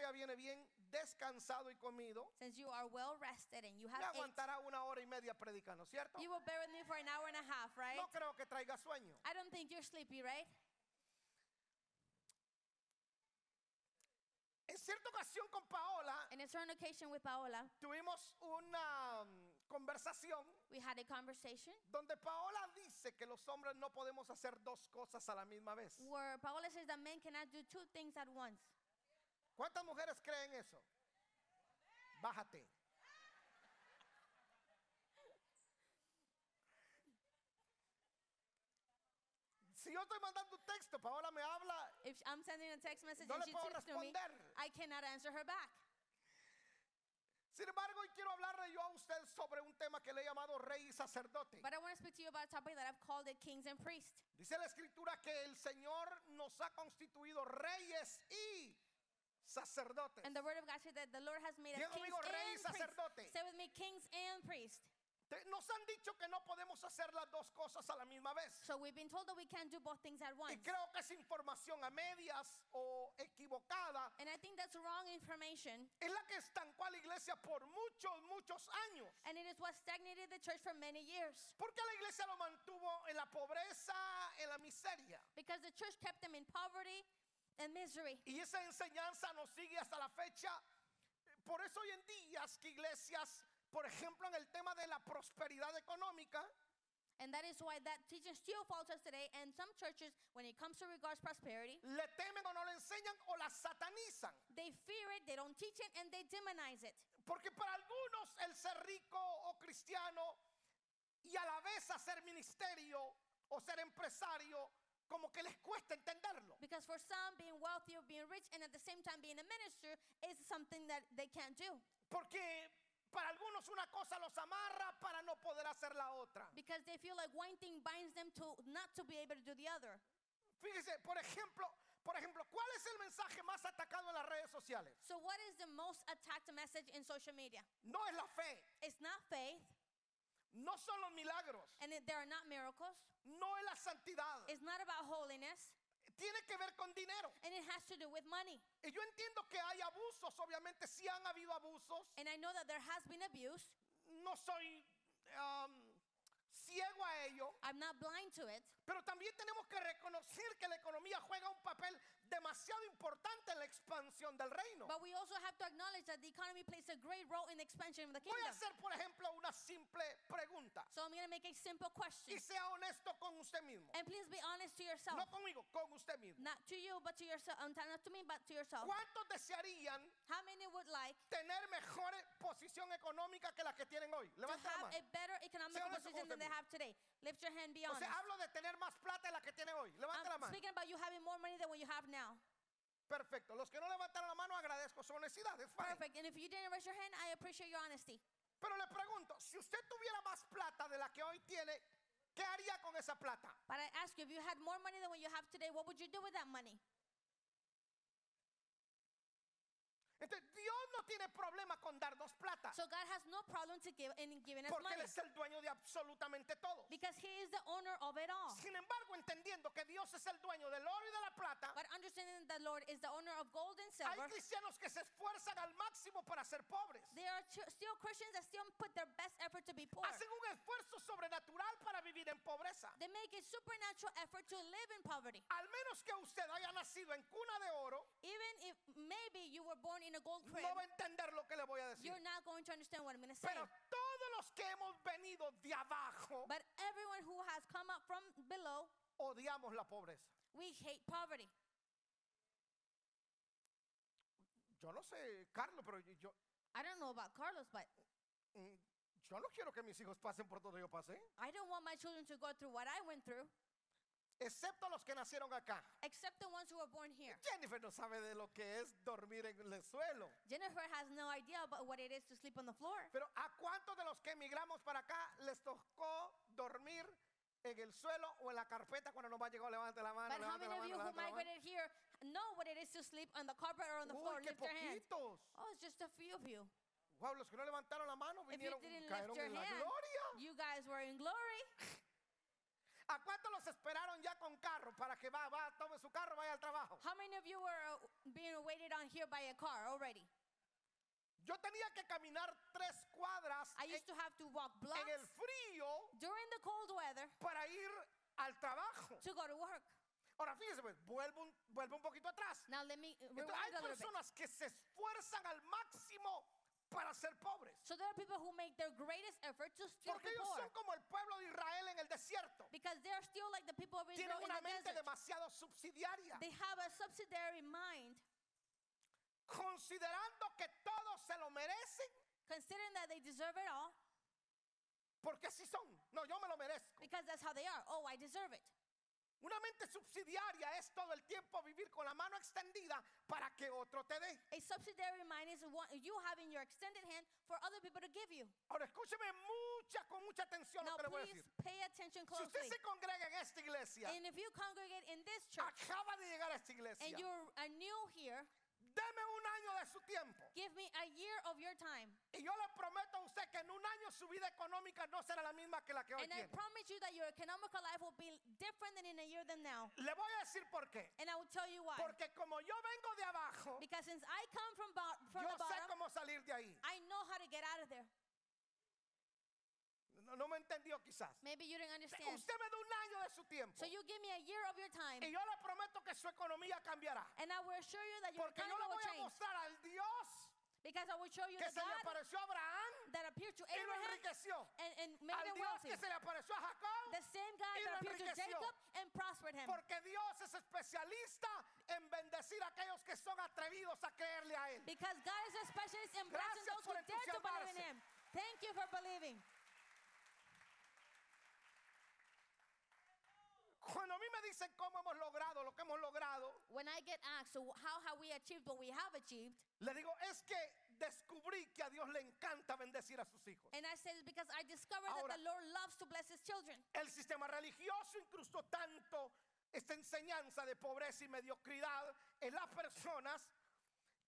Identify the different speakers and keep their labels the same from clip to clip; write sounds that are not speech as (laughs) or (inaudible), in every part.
Speaker 1: ya viene bien descansado y comido,
Speaker 2: Since you are well rested and you
Speaker 1: me
Speaker 2: have ate,
Speaker 1: aguantará una hora y media predicando, ¿cierto?
Speaker 2: you will bear with me for an hour and a half, right?
Speaker 1: No creo que traiga sueño.
Speaker 2: I don't think you're sleepy, right?
Speaker 1: En cierta ocasión con Paola
Speaker 2: In a certain occasion with Paola,
Speaker 1: tuvimos una mm, conversación
Speaker 2: we had a conversation
Speaker 1: donde Paola dice que los hombres no podemos hacer dos cosas a la misma vez.
Speaker 2: where Paola says that men cannot do two things at once.
Speaker 1: ¿Cuántas mujeres creen eso? Bájate. Si yo estoy mandando un texto, Paola me habla,
Speaker 2: If I'm sending a text message
Speaker 1: no
Speaker 2: and
Speaker 1: le
Speaker 2: she
Speaker 1: puedo
Speaker 2: texts to me,
Speaker 1: responder.
Speaker 2: I cannot answer her back.
Speaker 1: Sin embargo, hoy quiero hablarle yo a usted sobre un tema que le he llamado rey y sacerdote.
Speaker 2: But I want to speak to you about a topic that I've called it kings and priests.
Speaker 1: Dice la escritura que el Señor nos ha constituido reyes y sacerdotes.
Speaker 2: And the word of God says that the Lord has made us
Speaker 1: Diga
Speaker 2: kings
Speaker 1: conmigo, rey y
Speaker 2: and priests.
Speaker 1: sacerdote.
Speaker 2: Say with me, kings and priests.
Speaker 1: Te- Nos han dicho que no podemos hacer las dos cosas a la misma vez.
Speaker 2: So we've been told that we can't do both things at
Speaker 1: Y
Speaker 2: once.
Speaker 1: creo que es información a medias o equivocada.
Speaker 2: And I think that's wrong information.
Speaker 1: Es la que estancó a la iglesia por muchos, muchos años.
Speaker 2: And it is what stagnated the church for many years.
Speaker 1: ¿Por qué la iglesia lo mantuvo en la pobreza, en la miseria?
Speaker 2: Because the church kept them in poverty and misery.
Speaker 1: Y esa enseñanza nos sigue hasta la fecha. Por eso hoy en día es que iglesias, por ejemplo, en el tema de la prosperidad económica,
Speaker 2: And that is why that teaching still follows us today. And some churches, when it comes to regards prosperity,
Speaker 1: le temen o no le enseñan o la satanizan.
Speaker 2: they fear it, they don't teach it, and they demonize it.
Speaker 1: Porque para algunos el ser rico o cristiano y a la vez hacer ministerio o ser empresario, como que les cuesta entenderlo.
Speaker 2: Because for some, being wealthy or being rich and at the same time being a minister is something that they can't do.
Speaker 1: Porque para algunos una cosa los amarra para no poder hacer la otra.
Speaker 2: Because they feel like one thing binds them to not to be able to do the other.
Speaker 1: Fíjese, por ejemplo, por ejemplo, ¿cuál es el mensaje más atacado en las redes sociales?
Speaker 2: So, what is the most attacked message in social media?
Speaker 1: No es la fe,
Speaker 2: It's not faith,
Speaker 1: no son los milagros,
Speaker 2: and it, there are not miracles.
Speaker 1: no es la santidad.
Speaker 2: It's not about holiness,
Speaker 1: Tiene que ver con dinero.
Speaker 2: and it has to do with money.
Speaker 1: Y yo entiendo que hay abusos, obviamente sí han habido abusos.
Speaker 2: And I know that there has been abuse.
Speaker 1: No soy am, ciego a ello,
Speaker 2: I'm not blind to it.
Speaker 1: pero también tenemos que reconocer que la economía juega un papel demasiado importante en la expansión del reino.
Speaker 2: But we also have to acknowledge that the economy plays a great role in the expansion of the
Speaker 1: Voy a
Speaker 2: kingdom.
Speaker 1: hacer, por ejemplo, una simple pregunta.
Speaker 2: So I'm going to make a simple question.
Speaker 1: Y sea honesto con usted mismo.
Speaker 2: And please be honest to yourself.
Speaker 1: No conmigo, con usted mismo.
Speaker 2: Not to you, but to yourself. Um, Not to me, but to yourself.
Speaker 1: ¿Cuántos desearían
Speaker 2: How many would like
Speaker 1: tener mejor posición económica que la que tienen hoy?
Speaker 2: to
Speaker 1: Levanta la
Speaker 2: have
Speaker 1: mano.
Speaker 2: a better economic
Speaker 1: Sea honesto
Speaker 2: position
Speaker 1: con usted
Speaker 2: than they
Speaker 1: mismo.
Speaker 2: have today? Lift your hand, be
Speaker 1: O
Speaker 2: honest.
Speaker 1: sea, hablo de tener más plata de la que tienen hoy. Levanta la
Speaker 2: I'm
Speaker 1: mano.
Speaker 2: speaking about you having more money than what you have now.
Speaker 1: Perfecto. Los que no levantaron la mano agradezco su honestidad. Es fine.
Speaker 2: Perfect. And if you didn't raise your hand, I appreciate your honesty.
Speaker 1: Pero le pregunto, si usted tuviera más plata de la que hoy tiene, ¿qué haría con esa plata?
Speaker 2: But I ask you, if you had more money than what you have today, what would you do with that money?
Speaker 1: Entonces, Dios no tiene problema con darnos plata,
Speaker 2: So God has no problem to give in giving us
Speaker 1: porque Él
Speaker 2: money
Speaker 1: es el dueño de absolutamente todo.
Speaker 2: because He is the owner of it all.
Speaker 1: Sin embargo, entendiendo que Dios es el dueño del oro y de la plata,
Speaker 2: But understanding that the Lord is the owner of gold and
Speaker 1: hay
Speaker 2: silver,
Speaker 1: cristianos que se esfuerzan al máximo para ser pobres.
Speaker 2: there are ch- still Christians that still put their best effort to be poor.
Speaker 1: Hacen un esfuerzo sobrenatural para vivir en pobreza.
Speaker 2: They make a supernatural effort to live in poverty.
Speaker 1: Al menos que usted haya nacido en cuna de oro,
Speaker 2: Even if maybe you were born in a gold crib,
Speaker 1: no va a entender lo que le voy a decir.
Speaker 2: you're not going to understand what I'm going to say.
Speaker 1: Pero todos los que hemos venido de abajo
Speaker 2: But everyone who has come up from below,
Speaker 1: odiamos la pobreza.
Speaker 2: we hate poverty.
Speaker 1: Yo no sé, Carlos, pero yo- yo,
Speaker 2: I don't know about Carlos, but
Speaker 1: mm, yo no quiero que mis hijos pasen por donde yo pasé,
Speaker 2: I don't want my children to go through what I went through,
Speaker 1: excepto los que nacieron acá.
Speaker 2: except the ones who were born here.
Speaker 1: Jennifer no sabe de lo que es dormir en el suelo.
Speaker 2: Jennifer has no idea about what it is to sleep on the floor.
Speaker 1: Pero ¿a cuántos de los que emigramos para acá les tocó dormir en el suelo o en la carpeta cuando nos va a llegar? Levante la mano.
Speaker 2: But how
Speaker 1: levante
Speaker 2: many
Speaker 1: la
Speaker 2: of
Speaker 1: mano,
Speaker 2: you
Speaker 1: levante la mano.
Speaker 2: who migrated here know what it is to sleep on the carpet or on the floor?
Speaker 1: Uy, qué
Speaker 2: Lift your hand.
Speaker 1: poquitos.
Speaker 2: Oh, it's just a few of you.
Speaker 1: Wow, los que no levantaron la mano
Speaker 2: If you
Speaker 1: vinieron,
Speaker 2: didn't lift
Speaker 1: cayeron
Speaker 2: your
Speaker 1: en la
Speaker 2: hand,
Speaker 1: gloria.
Speaker 2: you guys were in glory.
Speaker 1: ¿A cuántos los esperaron ya con carro para que va, va, tome su carro, vaya al trabajo?
Speaker 2: How many of you were uh, being waited on here by a car already?
Speaker 1: Yo tenía que caminar tres cuadras
Speaker 2: I
Speaker 1: en,
Speaker 2: used to have to walk
Speaker 1: en el
Speaker 2: blocks
Speaker 1: frío
Speaker 2: during the cold weather
Speaker 1: para ir al trabajo.
Speaker 2: to go to work.
Speaker 1: Ahora fíjense, pues, vuelvo un, vuelvo un poquito atrás.
Speaker 2: Now let me uh,
Speaker 1: Entonces, hay
Speaker 2: rewind a little bit.
Speaker 1: personas que se esfuerzan al máximo para ser pobres.
Speaker 2: So there are people who make their greatest effort to still
Speaker 1: Porque
Speaker 2: be
Speaker 1: ellos
Speaker 2: poor
Speaker 1: son como el pueblo de Israel en el desierto.
Speaker 2: because they are still like the people of
Speaker 1: Tienen
Speaker 2: Israel in
Speaker 1: una
Speaker 2: the
Speaker 1: mente
Speaker 2: desert.
Speaker 1: demasiado subsidiaria.
Speaker 2: They have a subsidiary mind,
Speaker 1: Considerando que todos se lo merecen.
Speaker 2: considering that they deserve it all
Speaker 1: Porque así son. No, yo me lo merezco.
Speaker 2: because that's how they are. Oh, I deserve it.
Speaker 1: Una mente subsidiaria es todo el tiempo vivir con la mano extendida para que otro te dé.
Speaker 2: A subsidiary mind is one, you having your extended hand for other people to give you.
Speaker 1: Ahora escúcheme mucha, con mucha atención
Speaker 2: Now
Speaker 1: lo que le voy a
Speaker 2: please
Speaker 1: decir.
Speaker 2: pay attention
Speaker 1: Si usted
Speaker 2: closely.
Speaker 1: se congrega en esta iglesia,
Speaker 2: And if you congregate in this church
Speaker 1: acaba de llegar a esta
Speaker 2: and
Speaker 1: iglesia,
Speaker 2: you're uh, new here,
Speaker 1: deme un año de su tiempo.
Speaker 2: give me a year of your time.
Speaker 1: Y yo le prometo a usted que en un año su vida económica no será la misma que la que hoy
Speaker 2: And I
Speaker 1: tiene.
Speaker 2: promise you that your economical life will be different than in a year than now.
Speaker 1: Le voy a decir por qué.
Speaker 2: And I will tell you why.
Speaker 1: Porque como yo vengo de abajo,
Speaker 2: Because since I come from, bo- from
Speaker 1: yo
Speaker 2: the
Speaker 1: sé
Speaker 2: bottom,
Speaker 1: cómo salir de ahí.
Speaker 2: I know how to get out of there.
Speaker 1: No, no me entendió quizás.
Speaker 2: Maybe you didn't understand.
Speaker 1: Usted me da un año de su tiempo.
Speaker 2: So you give me a year of your time,
Speaker 1: Y yo le prometo que su economía cambiará.
Speaker 2: and I will assure you that your
Speaker 1: Porque yo
Speaker 2: economy
Speaker 1: le
Speaker 2: will
Speaker 1: voy a
Speaker 2: change.
Speaker 1: mostrar al Dios
Speaker 2: Because I will show you
Speaker 1: que
Speaker 2: the
Speaker 1: se le
Speaker 2: God
Speaker 1: apareció a Abraham
Speaker 2: that appeared to
Speaker 1: y lo
Speaker 2: Abraham
Speaker 1: enriqueció.
Speaker 2: and, and made
Speaker 1: Al
Speaker 2: him
Speaker 1: Dios
Speaker 2: wealthy.
Speaker 1: que se le apareció a Jacob.
Speaker 2: The same
Speaker 1: y
Speaker 2: God that
Speaker 1: lo
Speaker 2: appeared to
Speaker 1: enriqueció.
Speaker 2: Jacob and prospered him.
Speaker 1: Porque Dios es especialista en bendecir a aquellos que son atrevidos a creerle a Él.
Speaker 2: Because God is a specialist in blessing
Speaker 1: Gracias
Speaker 2: those
Speaker 1: por
Speaker 2: who dare to believe in
Speaker 1: entusiasmarse.
Speaker 2: him. Thank you for believing.
Speaker 1: Cuando a mí me dicen cómo hemos logrado lo que hemos logrado,
Speaker 2: When I get asked, so how have we achieved what we have achieved?
Speaker 1: le digo, es que descubrí que a Dios le encanta bendecir a sus hijos.
Speaker 2: And I said it's because I discovered
Speaker 1: Ahora-
Speaker 2: that the Lord loves to bless his children.
Speaker 1: El sistema religioso incrustó tanto esta enseñanza de pobreza y mediocridad en las personas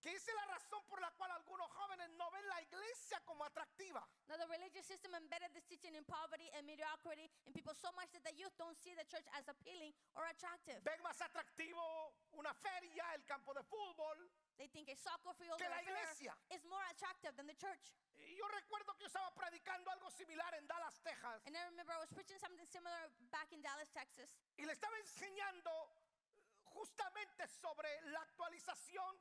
Speaker 1: que esa es la razón por la cual algunos jóvenes no ven la iglesia como atractiva.
Speaker 2: Now the religious system embedded this teaching in poverty and mediocrity in people so much that the youth don't see the church as appealing or attractive.
Speaker 1: Ven más atractivo una feria, el campo de fútbol.
Speaker 2: They think a soccer field
Speaker 1: Que
Speaker 2: or
Speaker 1: la
Speaker 2: a fair
Speaker 1: iglesia.
Speaker 2: is more attractive than the church.
Speaker 1: Y yo recuerdo que yo estaba predicando algo similar en Dallas, Texas,
Speaker 2: And I remember I was preaching something similar back in Dallas, Texas,
Speaker 1: y le estaba enseñando eh, justamente sobre la actualización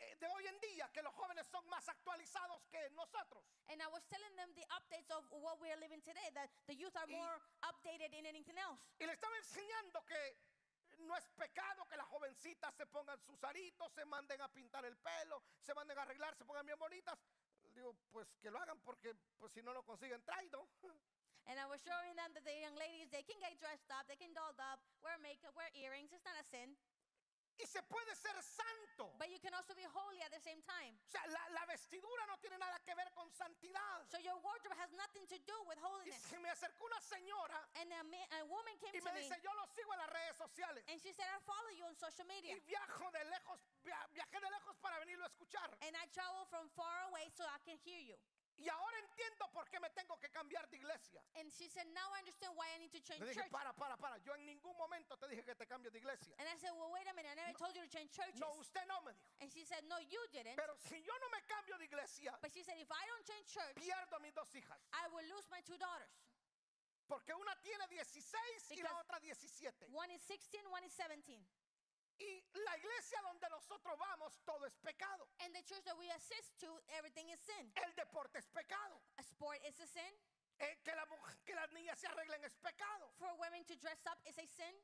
Speaker 1: eh, de hoy en día, que los jóvenes son más actualizados que nosotros.
Speaker 2: and I was telling them the updates of what we are living today, that the youth are
Speaker 1: Y-
Speaker 2: more updated than anything else.
Speaker 1: Y le estaba enseñando que no es pecado que las jovencitas se pongan sus aritos, se manden a pintar el pelo, se manden a arreglar, se pongan bien bonitas. Digo, pues que lo hagan porque pues, si no lo consiguen traído.
Speaker 2: And I was showing them that the young ladies, they can get dressed up, they can dolled up, wear makeup, wear earrings. It's not a sin.
Speaker 1: Y se puede ser santo.
Speaker 2: But you can also be holy at the same time.
Speaker 1: O sea, la, la vestidura no tiene nada que ver con santidad.
Speaker 2: So your wardrobe has nothing to do with
Speaker 1: Y
Speaker 2: holiness.
Speaker 1: se me acercó una señora
Speaker 2: And a, ma- a woman came
Speaker 1: y
Speaker 2: to
Speaker 1: me
Speaker 2: me
Speaker 1: dice, yo lo sigo en las redes sociales.
Speaker 2: and she said, I follow you on social media.
Speaker 1: Y viajo de lejos, via- viajé de lejos para venirlo a escuchar.
Speaker 2: And I travel from far away so I can hear you.
Speaker 1: Y ahora entiendo por qué me tengo que cambiar de iglesia.
Speaker 2: And she said, Now I understand why I need to change
Speaker 1: Le dije,
Speaker 2: church.
Speaker 1: para, para, para. Yo en ningún momento te dije que te cambies de iglesia.
Speaker 2: And I said, Well, wait a minute, I never told you to change churches.
Speaker 1: No, usted no me dijo.
Speaker 2: And she said, No, you didn't.
Speaker 1: Pero si yo no me cambio de iglesia,
Speaker 2: But she said, If I don't change church,
Speaker 1: pierdo a mis dos hijas.
Speaker 2: I will lose my two daughters.
Speaker 1: Porque una tiene 16 y la
Speaker 2: Because-
Speaker 1: otra 17.
Speaker 2: One is 16, one is 17.
Speaker 1: Y la iglesia donde nosotros vamos, todo es pecado.
Speaker 2: And the church that we assist to, everything is sin.
Speaker 1: El deporte es pecado.
Speaker 2: A sport is a sin.
Speaker 1: Eh, que, la muj- que las niñas se arreglen es pecado.
Speaker 2: For women to dress up is a sin.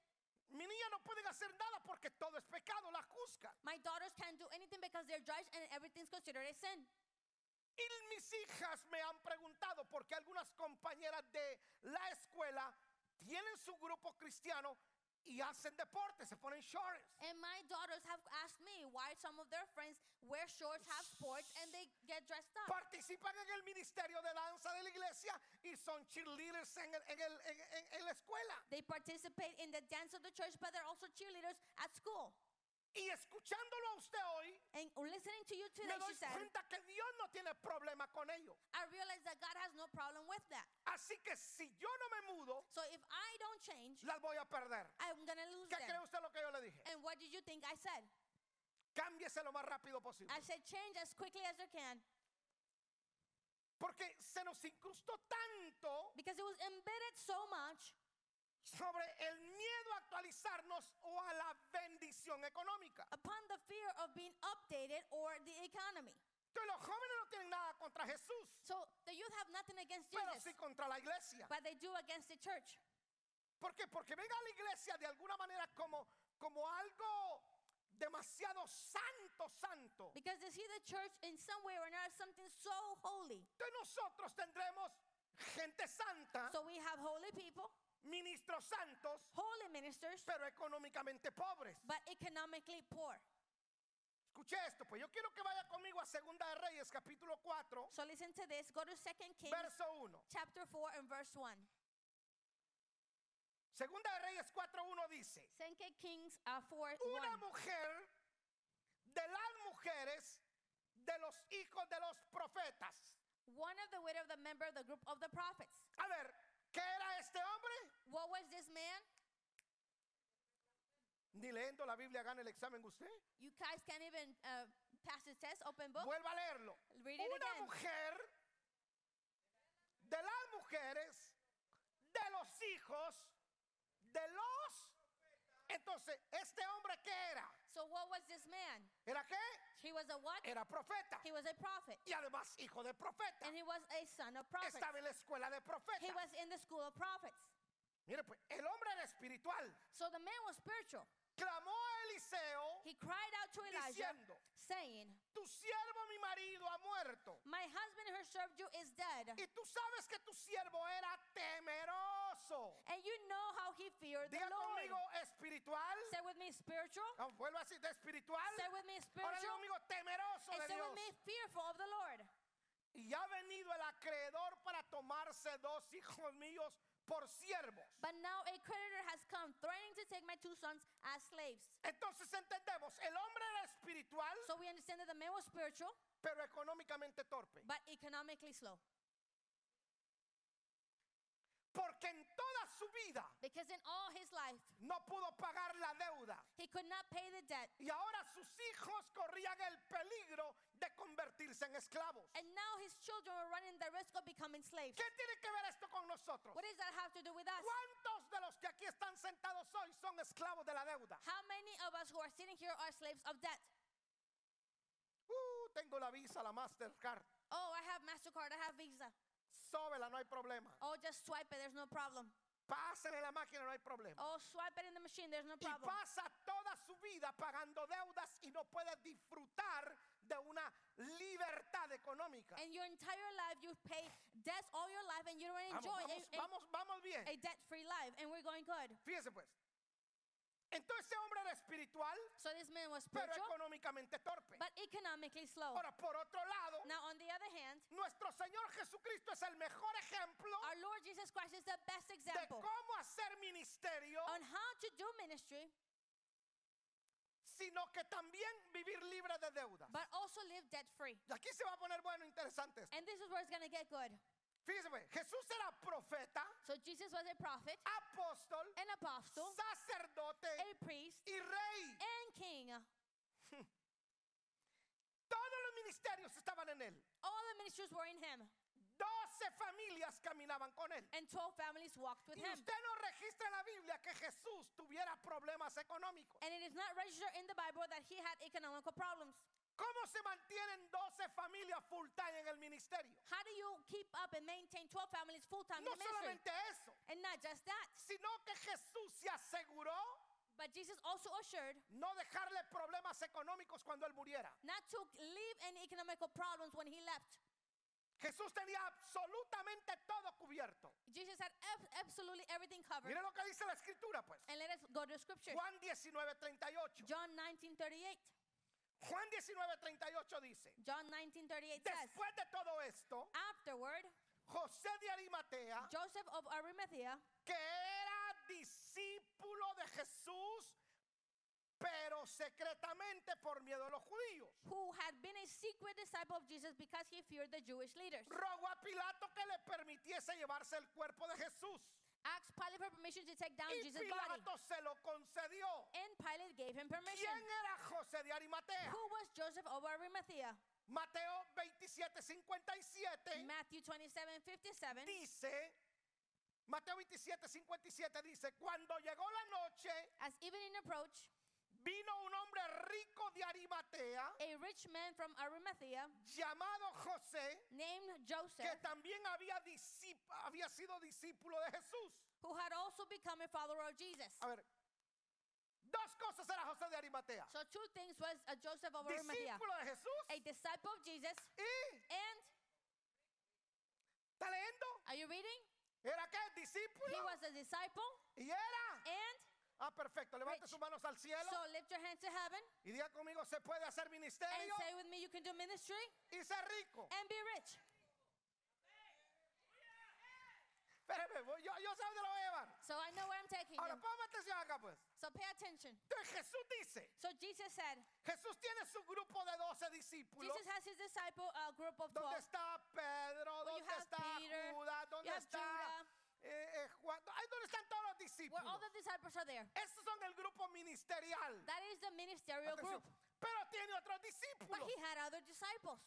Speaker 1: Mi niña no pueden hacer nada porque todo es pecado, la juzgan.
Speaker 2: My daughters can't do anything because they're judged and everything's considered a sin.
Speaker 1: Y mis hijas me han preguntado porque algunas compañeras de la escuela tienen su grupo cristiano y hacen deporte, se ponen shorts.
Speaker 2: And my daughters have asked me why some of their friends wear shorts, have sports, and they get dressed up.
Speaker 1: Participan en el ministerio de danza de la iglesia y son cheerleaders en, el- en el- en- en- en la escuela.
Speaker 2: They participate in the dance of the church, but they're also cheerleaders at school.
Speaker 1: Y escuchándolo a usted hoy,
Speaker 2: And listening to you
Speaker 1: me
Speaker 2: today,
Speaker 1: doy
Speaker 2: she said,
Speaker 1: cuenta que Dios no tiene problema con ello.
Speaker 2: I realize that God has no problem with that.
Speaker 1: Así que si yo no me mudo,
Speaker 2: So if I don't change,
Speaker 1: las voy a perder.
Speaker 2: I'm going to lose
Speaker 1: ¿Qué cree
Speaker 2: them.
Speaker 1: usted lo que yo le dije?
Speaker 2: And what did you think I said?
Speaker 1: Cámbiese lo más rápido posible.
Speaker 2: I said, change as quickly as you can.
Speaker 1: Porque se nos incrustó tanto
Speaker 2: Because it was embedded so much
Speaker 1: sobre el miedo a actualizarnos o a la bendición económica.
Speaker 2: upon the fear of being updated or the economy.
Speaker 1: Entonces los jóvenes no tienen nada contra Jesús,
Speaker 2: So the youth have nothing against
Speaker 1: pero
Speaker 2: Jesus,
Speaker 1: sí contra la iglesia.
Speaker 2: but they do against the church.
Speaker 1: ¿Por qué? Porque venga a la iglesia de alguna manera como, como algo demasiado santo, santo.
Speaker 2: Because they see the church in some way or another something so holy.
Speaker 1: Entonces nosotros tendremos gente santa,
Speaker 2: So we have holy people,
Speaker 1: ministros santos,
Speaker 2: holy ministers,
Speaker 1: pero económicamente pobres.
Speaker 2: but economically poor.
Speaker 1: Escuche esto, pues yo quiero que vaya conmigo a Segunda de Reyes, capítulo 4,
Speaker 2: So listen to this. Go to 2 Kings
Speaker 1: verso 1.
Speaker 2: chapter 4 and verse 1.
Speaker 1: Segunda de Reyes 4.1 dice,
Speaker 2: 2 Kings uh, 4
Speaker 1: una
Speaker 2: 1.
Speaker 1: mujer de las mujeres de los hijos de los profetas.
Speaker 2: One of the widow of the member of the group of the prophets.
Speaker 1: A ver, ¿qué era este hombre?
Speaker 2: What was this man?
Speaker 1: Ni leyendo la Biblia gana el examen usted.
Speaker 2: You guys can't even uh, pass the test, open book,
Speaker 1: Vuelva a leerlo.
Speaker 2: Oh. read it
Speaker 1: Una
Speaker 2: again.
Speaker 1: mujer de las mujeres de los hijos de los... Entonces, ¿este hombre qué era?
Speaker 2: So what was this man?
Speaker 1: ¿Era qué?
Speaker 2: He was a what?
Speaker 1: Era profeta.
Speaker 2: He was a prophet.
Speaker 1: Y además hijo de profeta.
Speaker 2: And he was a son of prophets.
Speaker 1: Estaba en la escuela de
Speaker 2: He
Speaker 1: profeta.
Speaker 2: was in the school of prophets.
Speaker 1: Mire, pues el hombre era espiritual.
Speaker 2: So the man was spiritual.
Speaker 1: Clamó a Eliseo
Speaker 2: He cried out to Elijah,
Speaker 1: diciendo,
Speaker 2: saying,
Speaker 1: tu siervo mi marido ha muerto.
Speaker 2: My husband who served you is dead.
Speaker 1: Y tú sabes que tu siervo era temeroso.
Speaker 2: And you know how he feared the
Speaker 1: Diga conmigo,
Speaker 2: Lord.
Speaker 1: espiritual.
Speaker 2: Say with me, spiritual.
Speaker 1: Ah, Vuelvo así, de espiritual.
Speaker 2: Say with me,
Speaker 1: Ahora diga
Speaker 2: spiritual.
Speaker 1: conmigo, temeroso
Speaker 2: And
Speaker 1: de
Speaker 2: say
Speaker 1: Dios.
Speaker 2: with me, fearful of the Lord.
Speaker 1: Y ha venido el acreedor para tomarse dos hijos míos por siervos.
Speaker 2: But now a creditor has come, threatening to take my two sons as slaves.
Speaker 1: Entonces entendemos, el hombre era espiritual,
Speaker 2: So we understand that the man was spiritual,
Speaker 1: pero económicamente torpe.
Speaker 2: but economically slow.
Speaker 1: Porque en toda su vida
Speaker 2: Because in all his life,
Speaker 1: no pudo pagar la deuda.
Speaker 2: he could not pay the debt.
Speaker 1: Y ahora sus hijos corrían el peligro de convertirse en esclavos.
Speaker 2: And now his children were running the risk of becoming slaves.
Speaker 1: ¿Qué tiene que ver esto con nosotros?
Speaker 2: What does that have to do with us?
Speaker 1: ¿Cuántos de los que aquí están sentados hoy son esclavos de la deuda?
Speaker 2: How many of us who are sitting here are slaves of debt?
Speaker 1: Uh, tengo la visa, la Mastercard.
Speaker 2: Oh, I have MasterCard, I have Visa.
Speaker 1: Sóbela, no hay problema.
Speaker 2: Oh, just swipe it, there's no problem.
Speaker 1: Pásenle la máquina, no hay problema.
Speaker 2: Oh, swipe it in the machine, there's no
Speaker 1: Y
Speaker 2: problem.
Speaker 1: pasa toda su vida pagando deudas y no puede disfrutar de una libertad económica.
Speaker 2: And your entire life, you pay debts all your life, and you don't
Speaker 1: Vamos,
Speaker 2: enjoy a,
Speaker 1: vamos, vamos, vamos bien.
Speaker 2: a- a debt free life. And we're going good.
Speaker 1: Fíjese pues. Entonces ese hombre era espiritual,
Speaker 2: So this man was
Speaker 1: pero
Speaker 2: spiritual,
Speaker 1: económicamente torpe.
Speaker 2: but economically slow.
Speaker 1: Ahora, por otro lado,
Speaker 2: Now, on the other hand,
Speaker 1: nuestro Señor Jesucristo es el mejor ejemplo
Speaker 2: our Lord Jesus Christ is the best
Speaker 1: de
Speaker 2: example
Speaker 1: cómo hacer ministerio,
Speaker 2: on how to do ministry,
Speaker 1: sino que también vivir libre de deudas.
Speaker 2: but also live debt free.
Speaker 1: Y aquí se va a poner bueno, interesante esto.
Speaker 2: And this is where it's going to get good.
Speaker 1: Fíjese pues, Jesús era profeta,
Speaker 2: So Jesus was a prophet,
Speaker 1: apóstol,
Speaker 2: an apostle, a Eh.
Speaker 1: sacerdote
Speaker 2: priest,
Speaker 1: y rey.
Speaker 2: and king.
Speaker 1: Todos los ministerios estaban en él.
Speaker 2: All the ministries were in him,
Speaker 1: Doce familias caminaban con él.
Speaker 2: and 12 families walked with
Speaker 1: Y
Speaker 2: him.
Speaker 1: usted no registra en la Biblia que Jesús tuviera problemas económicos.
Speaker 2: And it is not registered in the Bible that he had economical problems.
Speaker 1: ¿Cómo se mantienen 12 familias full time en el ministerio?
Speaker 2: How do you keep up and maintain 12 families full time in
Speaker 1: No
Speaker 2: the ministry?
Speaker 1: solamente eso,
Speaker 2: And not just that,
Speaker 1: sino que Jesús se aseguró
Speaker 2: but Jesus also assured
Speaker 1: no dejarle problemas económicos cuando él muriera.
Speaker 2: not to leave any economical problems when he left.
Speaker 1: Jesús tenía absolutamente todo cubierto.
Speaker 2: Jesus had ab- absolutely everything covered.
Speaker 1: Mire lo que dice la escritura, pues.
Speaker 2: And let us go to scripture.
Speaker 1: Juan 19:38.
Speaker 2: John 19:38.
Speaker 1: Juan 19:38 dice,
Speaker 2: John 19:38 says,
Speaker 1: después de todo esto,
Speaker 2: afterward,
Speaker 1: José de Arimatea,
Speaker 2: Joseph of Arimathea,
Speaker 1: que era discípulo de Jesús, pero secretamente por miedo a los judíos.
Speaker 2: who had been a secret disciple of Jesus because he feared the Jewish leaders.
Speaker 1: Rogó a Pilato que le permitiese llevarse el cuerpo de Jesús.
Speaker 2: Asked Pilate for permission to take down
Speaker 1: Y
Speaker 2: Jesus' body.
Speaker 1: Pilato se lo concedió.
Speaker 2: And Pilate gave him permission.
Speaker 1: ¿Quién era José de Arimatea?
Speaker 2: Who was Joseph of Arimathea?
Speaker 1: Mateo 27, 57
Speaker 2: Matthew 27 57.
Speaker 1: dice, Mateo 27, 57 dice, cuando llegó la noche,
Speaker 2: As evening approached,
Speaker 1: vino un hombre rico de Arimatea
Speaker 2: a rich man from Arimathea
Speaker 1: llamado José,
Speaker 2: named
Speaker 1: que
Speaker 2: Joseph,
Speaker 1: también había, discíp- había sido discípulo de Jesús.
Speaker 2: who had also become a follower of Jesus.
Speaker 1: A ver, dos cosas era José de Arimatea.
Speaker 2: So two things was a Joseph of Arimathea,
Speaker 1: Discípulo de Jesús
Speaker 2: a disciple of Jesus,
Speaker 1: y,
Speaker 2: and
Speaker 1: ¿está leyendo?
Speaker 2: are you reading?
Speaker 1: ¿Era qué?
Speaker 2: He
Speaker 1: Discípulo.
Speaker 2: was a disciple,
Speaker 1: Y era.
Speaker 2: and
Speaker 1: Ah, perfecto. Levante
Speaker 2: Rich.
Speaker 1: sus manos al cielo
Speaker 2: so lift your hands to heaven
Speaker 1: y diga conmigo, se puede hacer
Speaker 2: and
Speaker 1: ministerio
Speaker 2: say with me, you can do ministry
Speaker 1: y ser rico.
Speaker 2: and be rich.
Speaker 1: Espérame, voy- yo, yo sé dónde lo voy a llevar.
Speaker 2: So I know where I'm taking
Speaker 1: Ahora,
Speaker 2: you.
Speaker 1: póngame atención acá, pues.
Speaker 2: So pay attention.
Speaker 1: Entonces Jesús dice,
Speaker 2: So Jesus said,
Speaker 1: Jesús tiene su grupo de 12 discípulos.
Speaker 2: Jesus has his disciple uh, group of
Speaker 1: ¿Dónde
Speaker 2: 12.
Speaker 1: está Pedro?
Speaker 2: Well, Oh, you
Speaker 1: ¿Dónde
Speaker 2: have
Speaker 1: está
Speaker 2: Peter,
Speaker 1: Judas? ¿Dónde
Speaker 2: You have
Speaker 1: está
Speaker 2: Judah,
Speaker 1: eh, eh, Juan? Ay, ¿Dónde están todos los
Speaker 2: where all
Speaker 1: discípulos?
Speaker 2: the disciples are there.
Speaker 1: Estos son el grupo ministerial.
Speaker 2: That is the ministerial
Speaker 1: Atención.
Speaker 2: group.
Speaker 1: Pero tiene otros
Speaker 2: But
Speaker 1: discípulos.
Speaker 2: he had other disciples.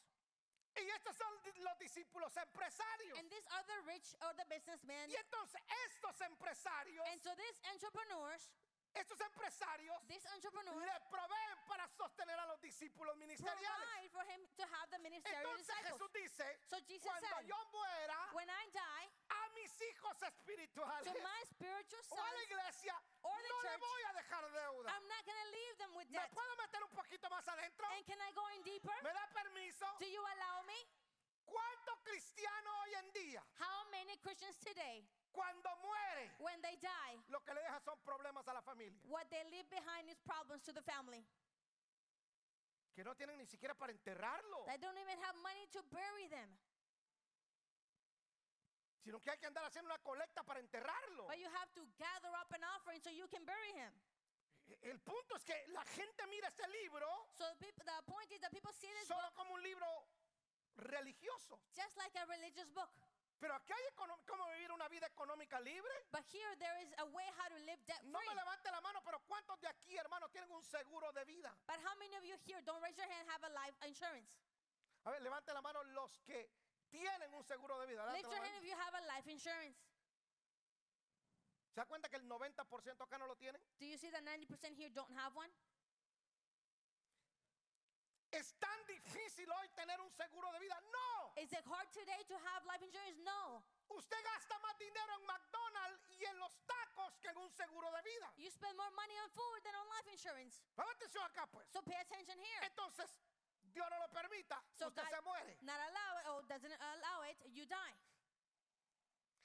Speaker 1: Y estos son di- los discípulos empresarios.
Speaker 2: And these are the rich or the businessmen.
Speaker 1: Y entonces estos empresarios,
Speaker 2: And so these entrepreneurs,
Speaker 1: estos empresarios
Speaker 2: these entrepreneurs
Speaker 1: le proveen para sostener a los discípulos ministeriales.
Speaker 2: provide for him to have the ministerial
Speaker 1: Entonces
Speaker 2: disciples.
Speaker 1: Jesús dice,
Speaker 2: So Jesus
Speaker 1: cuando
Speaker 2: said,
Speaker 1: yo muera,
Speaker 2: when I die,
Speaker 1: a mis hijos
Speaker 2: to
Speaker 1: espirituales
Speaker 2: my spiritual
Speaker 1: o a la
Speaker 2: sons,
Speaker 1: iglesia,
Speaker 2: or the
Speaker 1: no le
Speaker 2: church,
Speaker 1: voy a dejar deuda.
Speaker 2: I'm not going to leave them with
Speaker 1: ¿Me
Speaker 2: debt.
Speaker 1: puedo meter un poquito más adentro?
Speaker 2: And can I go in deeper?
Speaker 1: ¿Me da permiso?
Speaker 2: Do you allow me?
Speaker 1: ¿Cuánto cristiano hoy en día,
Speaker 2: How many Christians today,
Speaker 1: cuando muere,
Speaker 2: when they die,
Speaker 1: lo que le deja son problemas a la familia?
Speaker 2: what they leave behind is problems to the family?
Speaker 1: Que no tienen ni siquiera para enterrarlo,
Speaker 2: They don't even have money to bury them.
Speaker 1: sino que hay que andar haciendo una colecta para enterrarlo.
Speaker 2: But you have to gather up an offering so you can bury him.
Speaker 1: E-, El punto es que la gente mira este libro
Speaker 2: So the, peop- the point is that people see this book
Speaker 1: solo como un libro religioso.
Speaker 2: just like a religious book.
Speaker 1: Pero aquí hay econo- cómo vivir una vida económica libre.
Speaker 2: But here there is a way how to live debt
Speaker 1: No me
Speaker 2: free.
Speaker 1: levante la mano, pero ¿cuántos de aquí, hermanos, tienen un seguro de vida?
Speaker 2: But how many of you here don't raise your hand have a life insurance?
Speaker 1: A ver, levante la mano los que tienen un seguro de vida. Levante
Speaker 2: Lift
Speaker 1: la
Speaker 2: your hand
Speaker 1: mano.
Speaker 2: if you have a life insurance.
Speaker 1: ¿Se da cuenta que el 90% acá no lo tienen?
Speaker 2: Do you see that 90% here don't have one?
Speaker 1: ¿Es tan difícil hoy tener un seguro de vida? No.
Speaker 2: Is it hard today to have life insurance? No.
Speaker 1: Usted gasta más dinero en McDonald's y en los tacos que en un seguro de vida.
Speaker 2: You spend more money on food than on life insurance.
Speaker 1: Ponga atención acá, pues.
Speaker 2: So pay attention here.
Speaker 1: Entonces, Dios no lo permita,
Speaker 2: So
Speaker 1: usted
Speaker 2: God-
Speaker 1: se muere.
Speaker 2: Not allow it or doesn't allow it, you die.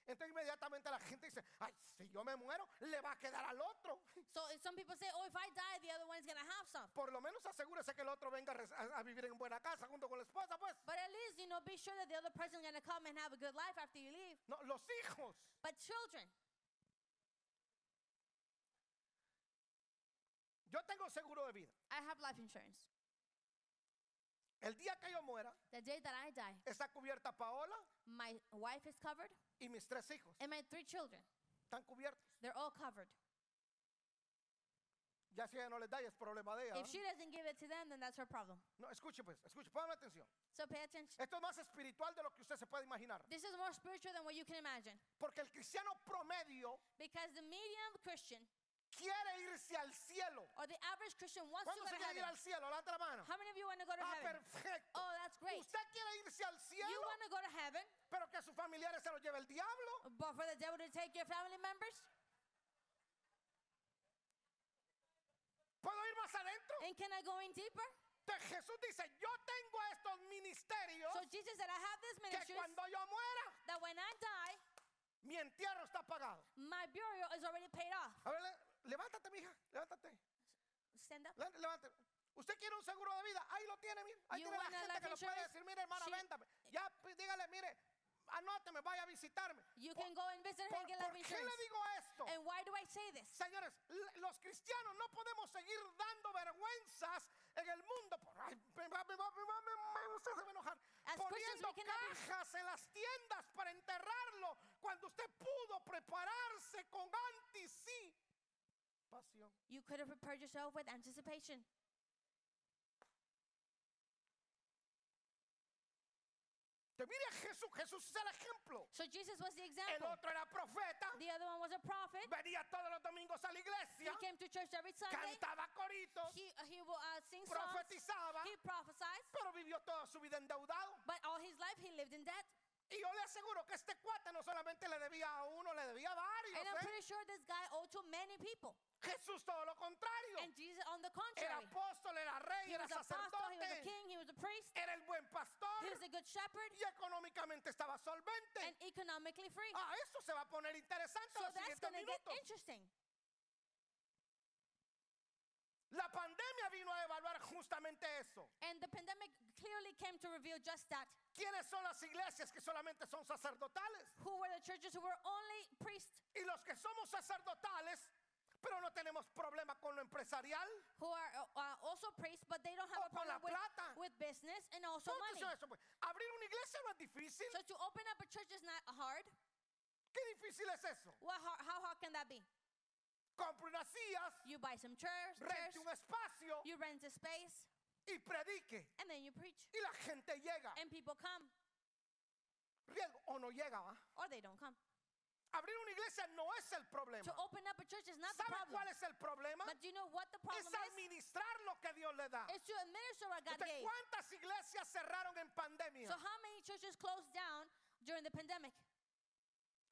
Speaker 1: Entonces inmediatamente la gente dice, ay, si yo me muero, le va a quedar al otro.
Speaker 2: So if some people say, oh, if I die, the other one's gonna have some.
Speaker 1: Por lo menos asegúrese que el otro venga a res- a, a vivir en buena casa junto con la esposa, pues.
Speaker 2: But at least you know, be sure that the other person's gonna come and have a good life after you leave.
Speaker 1: No, los hijos.
Speaker 2: But children,
Speaker 1: Yo tengo seguro de vida.
Speaker 2: I have life insurance.
Speaker 1: El día que yo muera,
Speaker 2: The day that I die,
Speaker 1: está cubierta Paola
Speaker 2: my wife is covered
Speaker 1: y mis tres hijos.
Speaker 2: and my three children.
Speaker 1: Están cubiertos.
Speaker 2: They're all covered.
Speaker 1: Ya si ella no les da, ya es problema de ella.
Speaker 2: If
Speaker 1: ¿no?
Speaker 2: she doesn't give it to them, then that's her problem.
Speaker 1: No, escuche pues, escuche, póngame atención.
Speaker 2: So pay attention.
Speaker 1: Esto es más espiritual de lo que usted se puede imaginar.
Speaker 2: This is more spiritual than what you can imagine.
Speaker 1: Porque el cristiano promedio
Speaker 2: Because the medium Christian
Speaker 1: quiere irse al cielo.
Speaker 2: or the average Christian wants to
Speaker 1: ¿Cuándo
Speaker 2: go
Speaker 1: se
Speaker 2: to
Speaker 1: quiere ir
Speaker 2: heaven.
Speaker 1: al cielo? Levanta la mano.
Speaker 2: How many of you want to go to
Speaker 1: Ah,
Speaker 2: heaven?
Speaker 1: perfecto.
Speaker 2: Oh, that's great.
Speaker 1: Usted quiere irse al
Speaker 2: You
Speaker 1: cielo,
Speaker 2: want to go to heaven,
Speaker 1: pero que a sus familiares se los lleve el diablo.
Speaker 2: but for the devil to take your family members?
Speaker 1: ¿Puedo ir más adentro?
Speaker 2: And can I go in deeper?
Speaker 1: Entonces Jesús dice, yo tengo estos ministerios
Speaker 2: So Jesus said, I have this
Speaker 1: que
Speaker 2: ministry
Speaker 1: cuando yo muera,
Speaker 2: that when I die,
Speaker 1: mi entierro está pagado.
Speaker 2: my burial is already paid off.
Speaker 1: A ver, le- levántate, mija, levántate.
Speaker 2: Stand up.
Speaker 1: Le- Levántate. ¿Usted quiere un seguro de vida? Ahí lo tiene, mire. Ahí
Speaker 2: You
Speaker 1: tiene la
Speaker 2: wanna
Speaker 1: gente
Speaker 2: life
Speaker 1: que lo puede
Speaker 2: insurance?
Speaker 1: decir, mire, hermana,
Speaker 2: Sí.
Speaker 1: véndame. Ya, pues, dígale, mire, a anóteme, vaya a visitarme.
Speaker 2: You
Speaker 1: Por-
Speaker 2: can go and visit her
Speaker 1: ¿Por,
Speaker 2: and get life
Speaker 1: por qué le
Speaker 2: insurance. Eh,
Speaker 1: digo esto?
Speaker 2: And why do I say this?
Speaker 1: Señores, l- los cristianos no podemos seguir dando vergüenzas en el mundo. Por, ay, me va- me va- me va- me- me- usted se va a enojar.
Speaker 2: As Christians,
Speaker 1: Poniendo
Speaker 2: we cannot be-
Speaker 1: cajas en las tiendas para enterrarlo cuando usted pudo prepararse con anticipación.
Speaker 2: You could have prepared yourself with anticipation.
Speaker 1: Te mire a Jesús, Jesús es el ejemplo.
Speaker 2: So Jesus was the
Speaker 1: El
Speaker 2: example.
Speaker 1: otro era profeta,
Speaker 2: The other one was a prophet.
Speaker 1: venía todos los domingos a la
Speaker 2: He
Speaker 1: iglesia,
Speaker 2: came to church every Sunday.
Speaker 1: cantaba coritos,
Speaker 2: He uh, he will uh, sing songs.
Speaker 1: profetizaba,
Speaker 2: He prophesied.
Speaker 1: pero vivió toda su vida endeudado.
Speaker 2: But all his life he lived in debt.
Speaker 1: Y yo le aseguro que este cuate no solamente le debía a uno, le debía a varios.
Speaker 2: And I'm
Speaker 1: ¿eh?
Speaker 2: pretty sure this guy owed to many people.
Speaker 1: Jesús todo lo contrario.
Speaker 2: And Jesus, on the
Speaker 1: Era
Speaker 2: contrary,
Speaker 1: apóstol, era rey,
Speaker 2: he
Speaker 1: era
Speaker 2: was a pastor, he was a
Speaker 1: sacerdote,
Speaker 2: king, he was a priest,
Speaker 1: era el buen
Speaker 2: he
Speaker 1: pastor
Speaker 2: was a good shepherd,
Speaker 1: y económicamente estaba
Speaker 2: and
Speaker 1: solvente.
Speaker 2: economically free.
Speaker 1: Ah, esto se va a poner interesante
Speaker 2: So
Speaker 1: en los
Speaker 2: that's
Speaker 1: siguientes
Speaker 2: going to get
Speaker 1: minutos.
Speaker 2: interesting.
Speaker 1: La pandemia vino a evaluar justamente eso.
Speaker 2: And the pandemic clearly came to reveal just that.
Speaker 1: ¿Quiénes son las iglesias que solamente son sacerdotales?
Speaker 2: Who were the churches who were only priests,
Speaker 1: Y los que somos sacerdotales, pero no tenemos problema con lo empresarial.
Speaker 2: who are uh, uh, also priests, but they don't
Speaker 1: O
Speaker 2: have a
Speaker 1: Oh, con la
Speaker 2: problem with,
Speaker 1: plata.
Speaker 2: with business and also
Speaker 1: ¿Cómo
Speaker 2: money.
Speaker 1: funciona eso? pues? Abrir una iglesia no es difícil.
Speaker 2: So to open up a church is not hard.
Speaker 1: ¿Qué difícil es eso?
Speaker 2: What, how, how hard can that be?
Speaker 1: Compre unas sillas,
Speaker 2: You buy some chairs, chairs
Speaker 1: rente un espacio
Speaker 2: you rent a space,
Speaker 1: y predique.
Speaker 2: and then you preach.
Speaker 1: Y la gente llega.
Speaker 2: And people come,
Speaker 1: Riesgo, o no llega, ¿va?
Speaker 2: or they don't come.
Speaker 1: Abrir una iglesia no es el
Speaker 2: To
Speaker 1: problema.
Speaker 2: open up a church is not the
Speaker 1: ¿Sabe
Speaker 2: problem.
Speaker 1: cuál es el problema?
Speaker 2: But do you know what the problem
Speaker 1: Es
Speaker 2: is?
Speaker 1: administrar lo que Dios le da.
Speaker 2: It's to administer what God
Speaker 1: Usted,
Speaker 2: gave.
Speaker 1: ¿Cuántas iglesias cerraron en
Speaker 2: So
Speaker 1: pandemia?
Speaker 2: how many churches closed down during the pandemic?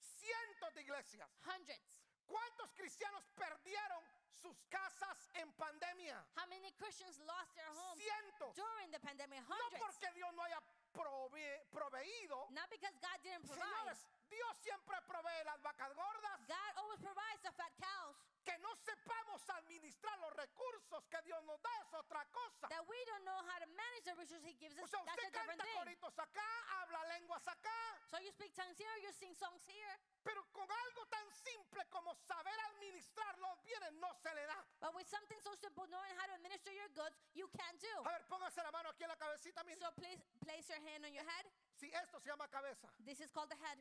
Speaker 1: Cientos de iglesias.
Speaker 2: Hundreds.
Speaker 1: ¿Cuántos cristianos perdieron sus casas en pandemia?
Speaker 2: How many Christians lost their homes
Speaker 1: Cientos.
Speaker 2: during the pandemic?
Speaker 1: No
Speaker 2: Hundreds.
Speaker 1: porque Dios no haya prove- proveído.
Speaker 2: Not because God didn't provide.
Speaker 1: Señores, Dios siempre provee las vacas gordas.
Speaker 2: God always provides the fat cows.
Speaker 1: Que no sepamos administrar los recursos que Dios nos da es otra cosa.
Speaker 2: That we don't know how to manage the resources He gives
Speaker 1: O
Speaker 2: us.
Speaker 1: sea,
Speaker 2: That's
Speaker 1: usted
Speaker 2: a different
Speaker 1: canta
Speaker 2: thing.
Speaker 1: coritos acá, habla lenguas acá,
Speaker 2: So you speak tongues here, you sing songs here.
Speaker 1: pero con algo tan simple como saber administrar los bienes no se le da.
Speaker 2: But with something so simple, knowing how to administer your goods, you can't do.
Speaker 1: A ver, póngase la mano aquí en la cabecita, mire.
Speaker 2: So please place your hand on your head.
Speaker 1: Si esto se llama cabeza.
Speaker 2: This is called the head.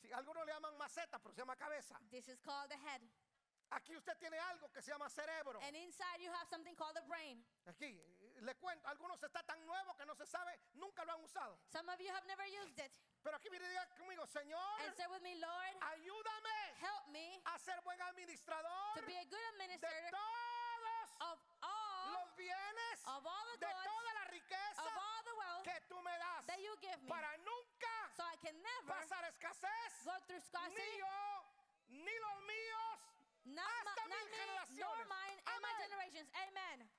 Speaker 1: Si algunos le llaman maceta, pero se llama cabeza.
Speaker 2: This is called the head.
Speaker 1: Aquí usted tiene algo que se llama cerebro.
Speaker 2: And inside you have something called the brain.
Speaker 1: Aquí, eh, le cuento, algunos está tan nuevo que no se sabe, nunca lo han usado.
Speaker 2: Some of you have never used it.
Speaker 1: Pero aquí mire, diga conmigo, Señor,
Speaker 2: And say with me, Lord,
Speaker 1: ayúdame
Speaker 2: help me
Speaker 1: a ser buen
Speaker 2: to
Speaker 1: administrador
Speaker 2: be a good
Speaker 1: de
Speaker 2: administrator
Speaker 1: todos
Speaker 2: of all
Speaker 1: los bienes,
Speaker 2: of all the
Speaker 1: de
Speaker 2: goods,
Speaker 1: toda la
Speaker 2: of
Speaker 1: riqueza
Speaker 2: all the wealth
Speaker 1: que tú me das
Speaker 2: that you give me.
Speaker 1: para nunca
Speaker 2: So I can never
Speaker 1: pasar escasez,
Speaker 2: go through
Speaker 1: ni
Speaker 2: scarcity,
Speaker 1: yo, ni los míos.
Speaker 2: not, my,
Speaker 1: hasta
Speaker 2: not
Speaker 1: mil
Speaker 2: me, nor
Speaker 1: generaciones.
Speaker 2: mine, and my
Speaker 1: Amén.
Speaker 2: generations. Amen.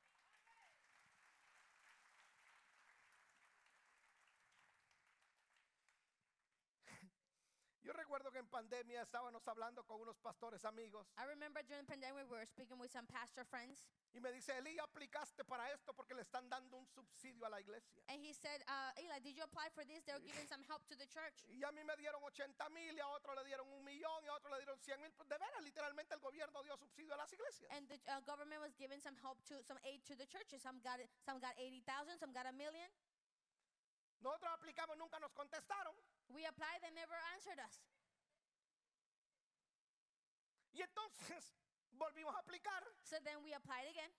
Speaker 1: Yo recuerdo que en pandemia estábamos hablando con unos pastores amigos
Speaker 2: I remember during the pandemic, we were speaking with some pastor friends,
Speaker 1: y me dice, Eli, aplicaste para esto porque le están dando un subsidio a la iglesia.
Speaker 2: and he said, uh, Eli, did you apply for this? They were giving some help to the church.
Speaker 1: Y a mí me dieron 80 mil, y a otro le dieron un millón, y a otro le dieron 100 mil. Pues, De veras, literalmente el gobierno dio subsidio a las iglesias.
Speaker 2: And the uh, government was giving some help to some aid to the churches. Some got it, some got eighty thousand, some got a million.
Speaker 1: Nosotros aplicamos, nunca nos contestaron.
Speaker 2: We applied, they never answered us.
Speaker 1: Y entonces (laughs) volvimos a aplicar.
Speaker 2: So then we applied again.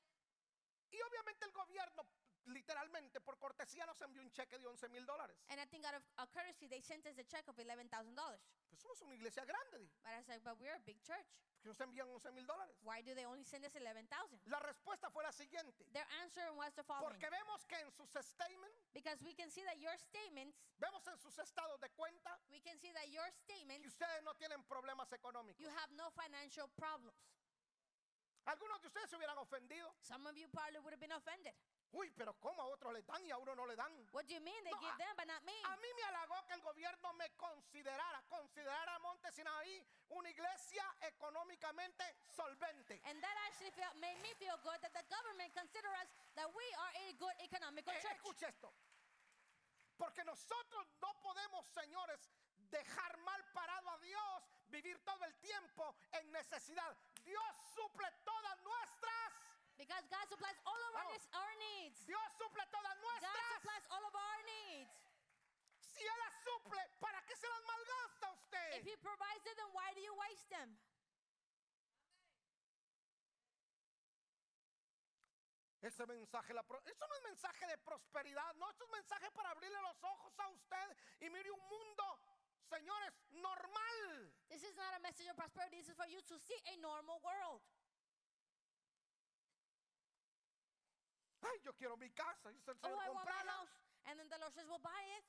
Speaker 1: Y obviamente el gobierno, literalmente, por cortesía, nos envió un cheque de 11 mil dólares.
Speaker 2: And I think out of uh, courtesy, they sent us a check of $11,000. But
Speaker 1: Pues somos una iglesia grande, di.
Speaker 2: I was like, but we're a big church.
Speaker 1: ¿Por qué nos envían 11 mil dólares?
Speaker 2: Why do they only send us 11,000?
Speaker 1: La respuesta fue la siguiente.
Speaker 2: Their answer was the following.
Speaker 1: Porque vemos que en sus statements,
Speaker 2: Because we can see that your statements,
Speaker 1: vemos en sus estados de cuenta
Speaker 2: we can see that your
Speaker 1: que
Speaker 2: statements,
Speaker 1: ustedes no tienen problemas
Speaker 2: you
Speaker 1: económicos.
Speaker 2: have no financial problems.
Speaker 1: Algunos de ustedes se hubieran ofendido.
Speaker 2: Some of you probably would have been offended.
Speaker 1: Uy, pero ¿cómo a otros le dan y a uno no le dan?
Speaker 2: What do you mean they
Speaker 1: No,
Speaker 2: give
Speaker 1: I-
Speaker 2: them but not me?
Speaker 1: A mí me halagó que el gobierno me considerara, considerara a Monte Sinaí una iglesia económicamente solvente.
Speaker 2: And that actually felt, made me feel good that the government consider us that we are a good economical
Speaker 1: Eh,
Speaker 2: church.
Speaker 1: escuche esto. Porque nosotros no podemos, señores, dejar mal parado a Dios, vivir todo el tiempo en necesidad. Dios suple todas nuestras.
Speaker 2: Because God supplies all of our,
Speaker 1: Vamos.
Speaker 2: nes- our needs.
Speaker 1: Dios suple todas
Speaker 2: God
Speaker 1: nuestras.
Speaker 2: supplies all of our needs.
Speaker 1: Eh. Si Él las suple, ¿para qué se las malgasta
Speaker 2: If
Speaker 1: usted?
Speaker 2: He provides it, then why do you waste them?
Speaker 1: Ese mensaje, la pro- eso no es mensaje de prosperidad, no, eso es mensaje para abrirle los ojos a usted y mire un mundo, señores, normal.
Speaker 2: This is not a message of prosperity. This is for you to see a normal world.
Speaker 1: Ay, yo quiero mi casa, dice el
Speaker 2: Oh,
Speaker 1: Señor,
Speaker 2: I want my
Speaker 1: comprarla.
Speaker 2: house. And then the Lord says, Well, buy it.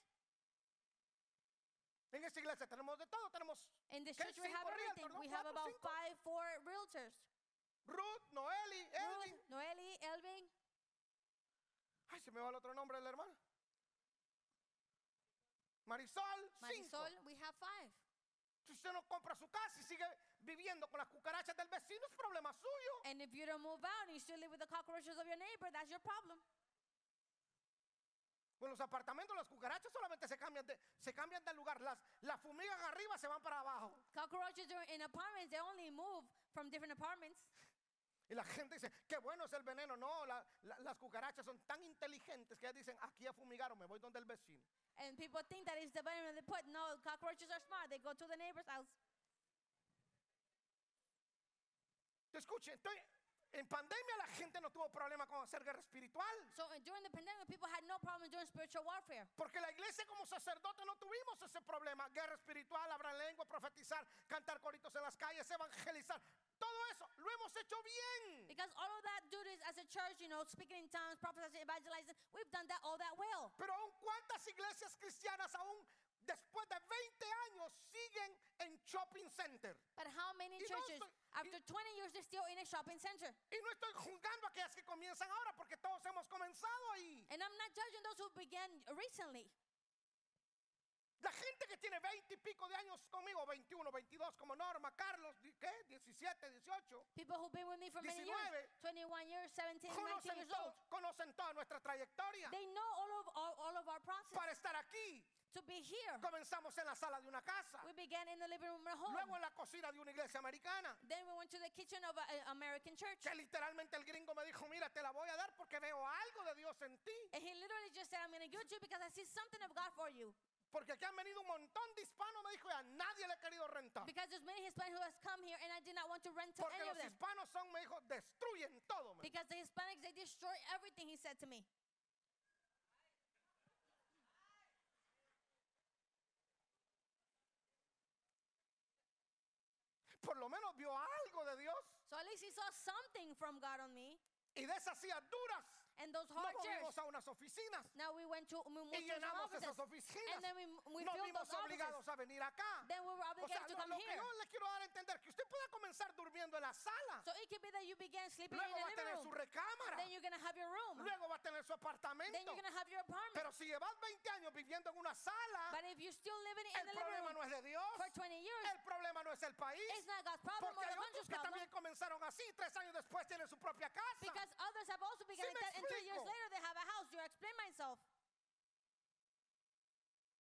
Speaker 1: En esta iglesia tenemos de todo, tenemos
Speaker 2: In this
Speaker 1: Que hay
Speaker 2: church, we have
Speaker 1: cinco
Speaker 2: everything.
Speaker 1: realtors, ¿no?
Speaker 2: We have
Speaker 1: Cuatro,
Speaker 2: about
Speaker 1: cinco.
Speaker 2: five, four realtors.
Speaker 1: Ruth, Noeli,
Speaker 2: Ruth,
Speaker 1: Edwin.
Speaker 2: Noeli, Elvin.
Speaker 1: Ay, se me va el otro nombre de la hermana. Marisol, cinco.
Speaker 2: Marisol, we have five.
Speaker 1: Si usted no compra su casa y sigue viviendo con las cucarachas del vecino, es problema suyo.
Speaker 2: And if you don't move out and you still live with the cockroaches of your neighbor, that's your problem.
Speaker 1: Con Pues los apartamentos, las cucarachas solamente se cambian de, se cambian de lugar. Las, las fumigan arriba, se van para abajo.
Speaker 2: Cockroaches are in apartments, they only move from different apartments.
Speaker 1: Y la gente dice, qué bueno es el veneno. No, la- la- las cucarachas son tan inteligentes que ellas dicen, aquí a fumigar o me voy donde el vecino.
Speaker 2: And people think that it's the venom they put. No, cockroaches are smart. They go to the neighbor's house.
Speaker 1: Escuche, entonces, en pandemia la gente no tuvo problema con hacer guerra espiritual.
Speaker 2: So uh, during the pandemic, people had no problem doing spiritual warfare.
Speaker 1: Porque la iglesia como sacerdote no tuvimos ese problema. Guerra espiritual, hablar lengua, profetizar, cantar coritos en las calles, evangelizar. Todo eso lo hemos hecho bien.
Speaker 2: Because all of that duties as a church, you know, speaking in tongues, prophesying, evangelizing, we've done that all that well.
Speaker 1: Pero aún cuántas iglesias cristianas aún después de 20 años siguen en shopping center.
Speaker 2: But how many
Speaker 1: Y no
Speaker 2: churches,
Speaker 1: estoy- y-
Speaker 2: after 20 years, they're still in a shopping center?
Speaker 1: Y no estoy juzgando a aquellas que comienzan ahora porque todos hemos comenzado ahí.
Speaker 2: And I'm not judging those who began recently.
Speaker 1: La gente que tiene 20 y pico de años conmigo, 21, 22 como Norma, Carlos, di- ¿qué? 17, 18.
Speaker 2: People who've been with me for many years,
Speaker 1: 19.
Speaker 2: 21 years, 17, 19
Speaker 1: Conocen,
Speaker 2: years old.
Speaker 1: todo, conocen toda nuestra trayectoria.
Speaker 2: They know all of all, all of our process
Speaker 1: Para estar aquí,
Speaker 2: to be here.
Speaker 1: Comenzamos en la sala de una casa,
Speaker 2: We began in the living room at home.
Speaker 1: luego en la cocina de una iglesia americana,
Speaker 2: Then we went to the kitchen of an American church.
Speaker 1: que literalmente el gringo me dijo, mira, te la voy a dar porque veo algo de Dios en ti,
Speaker 2: And he literally just said, I'm going to give it to you because I see something of God for you.
Speaker 1: porque aquí han venido un montón de hispanos, me dijo, y a nadie le he querido rentar,
Speaker 2: Because there's many Hispanic who has come here and I did not want to rent to
Speaker 1: Oh. porque
Speaker 2: any of
Speaker 1: los
Speaker 2: them.
Speaker 1: hispanos son, me dijo, destruyen todo. me dijo.
Speaker 2: Because the Hispanics, they destroy everything, he said to me.
Speaker 1: Por lo menos vio algo de Dios
Speaker 2: So at least he saw something from God on me.
Speaker 1: y de esas sillas duras
Speaker 2: And those
Speaker 1: nos
Speaker 2: hard chairs.
Speaker 1: movimos a unas oficinas
Speaker 2: Now we went to we
Speaker 1: y
Speaker 2: moved to some
Speaker 1: llenamos esas
Speaker 2: offices. And
Speaker 1: oficinas.
Speaker 2: then we, we
Speaker 1: Nos
Speaker 2: filled
Speaker 1: vimos
Speaker 2: those offices.
Speaker 1: obligados a venir acá.
Speaker 2: Then we were
Speaker 1: O sea,
Speaker 2: obligated to
Speaker 1: lo,
Speaker 2: come
Speaker 1: lo que
Speaker 2: here.
Speaker 1: yo le quiero dar a entender que usted pueda comenzar durmiendo en la sala.
Speaker 2: So it could be that you began sleeping in
Speaker 1: Luego
Speaker 2: the
Speaker 1: va a
Speaker 2: living
Speaker 1: tener
Speaker 2: room.
Speaker 1: su recámara.
Speaker 2: Then you're going to have your room.
Speaker 1: Luego va a tener su
Speaker 2: Then
Speaker 1: apartamento.
Speaker 2: you're going to have your apartment.
Speaker 1: Pero si llevas 20 años viviendo en una sala,
Speaker 2: But if you're still living in
Speaker 1: el
Speaker 2: the living
Speaker 1: problema
Speaker 2: room
Speaker 1: no es de Dios.
Speaker 2: for 20 years,
Speaker 1: El problema no es el país.
Speaker 2: it's not God's problem
Speaker 1: Porque hay
Speaker 2: or
Speaker 1: otros
Speaker 2: the country's
Speaker 1: que
Speaker 2: problem.
Speaker 1: también comenzaron así. Tres años después tienen su propia casa.
Speaker 2: Because others have also begun
Speaker 1: Sí me
Speaker 2: that, and two years
Speaker 1: explico.
Speaker 2: later they have a house. You explain myself.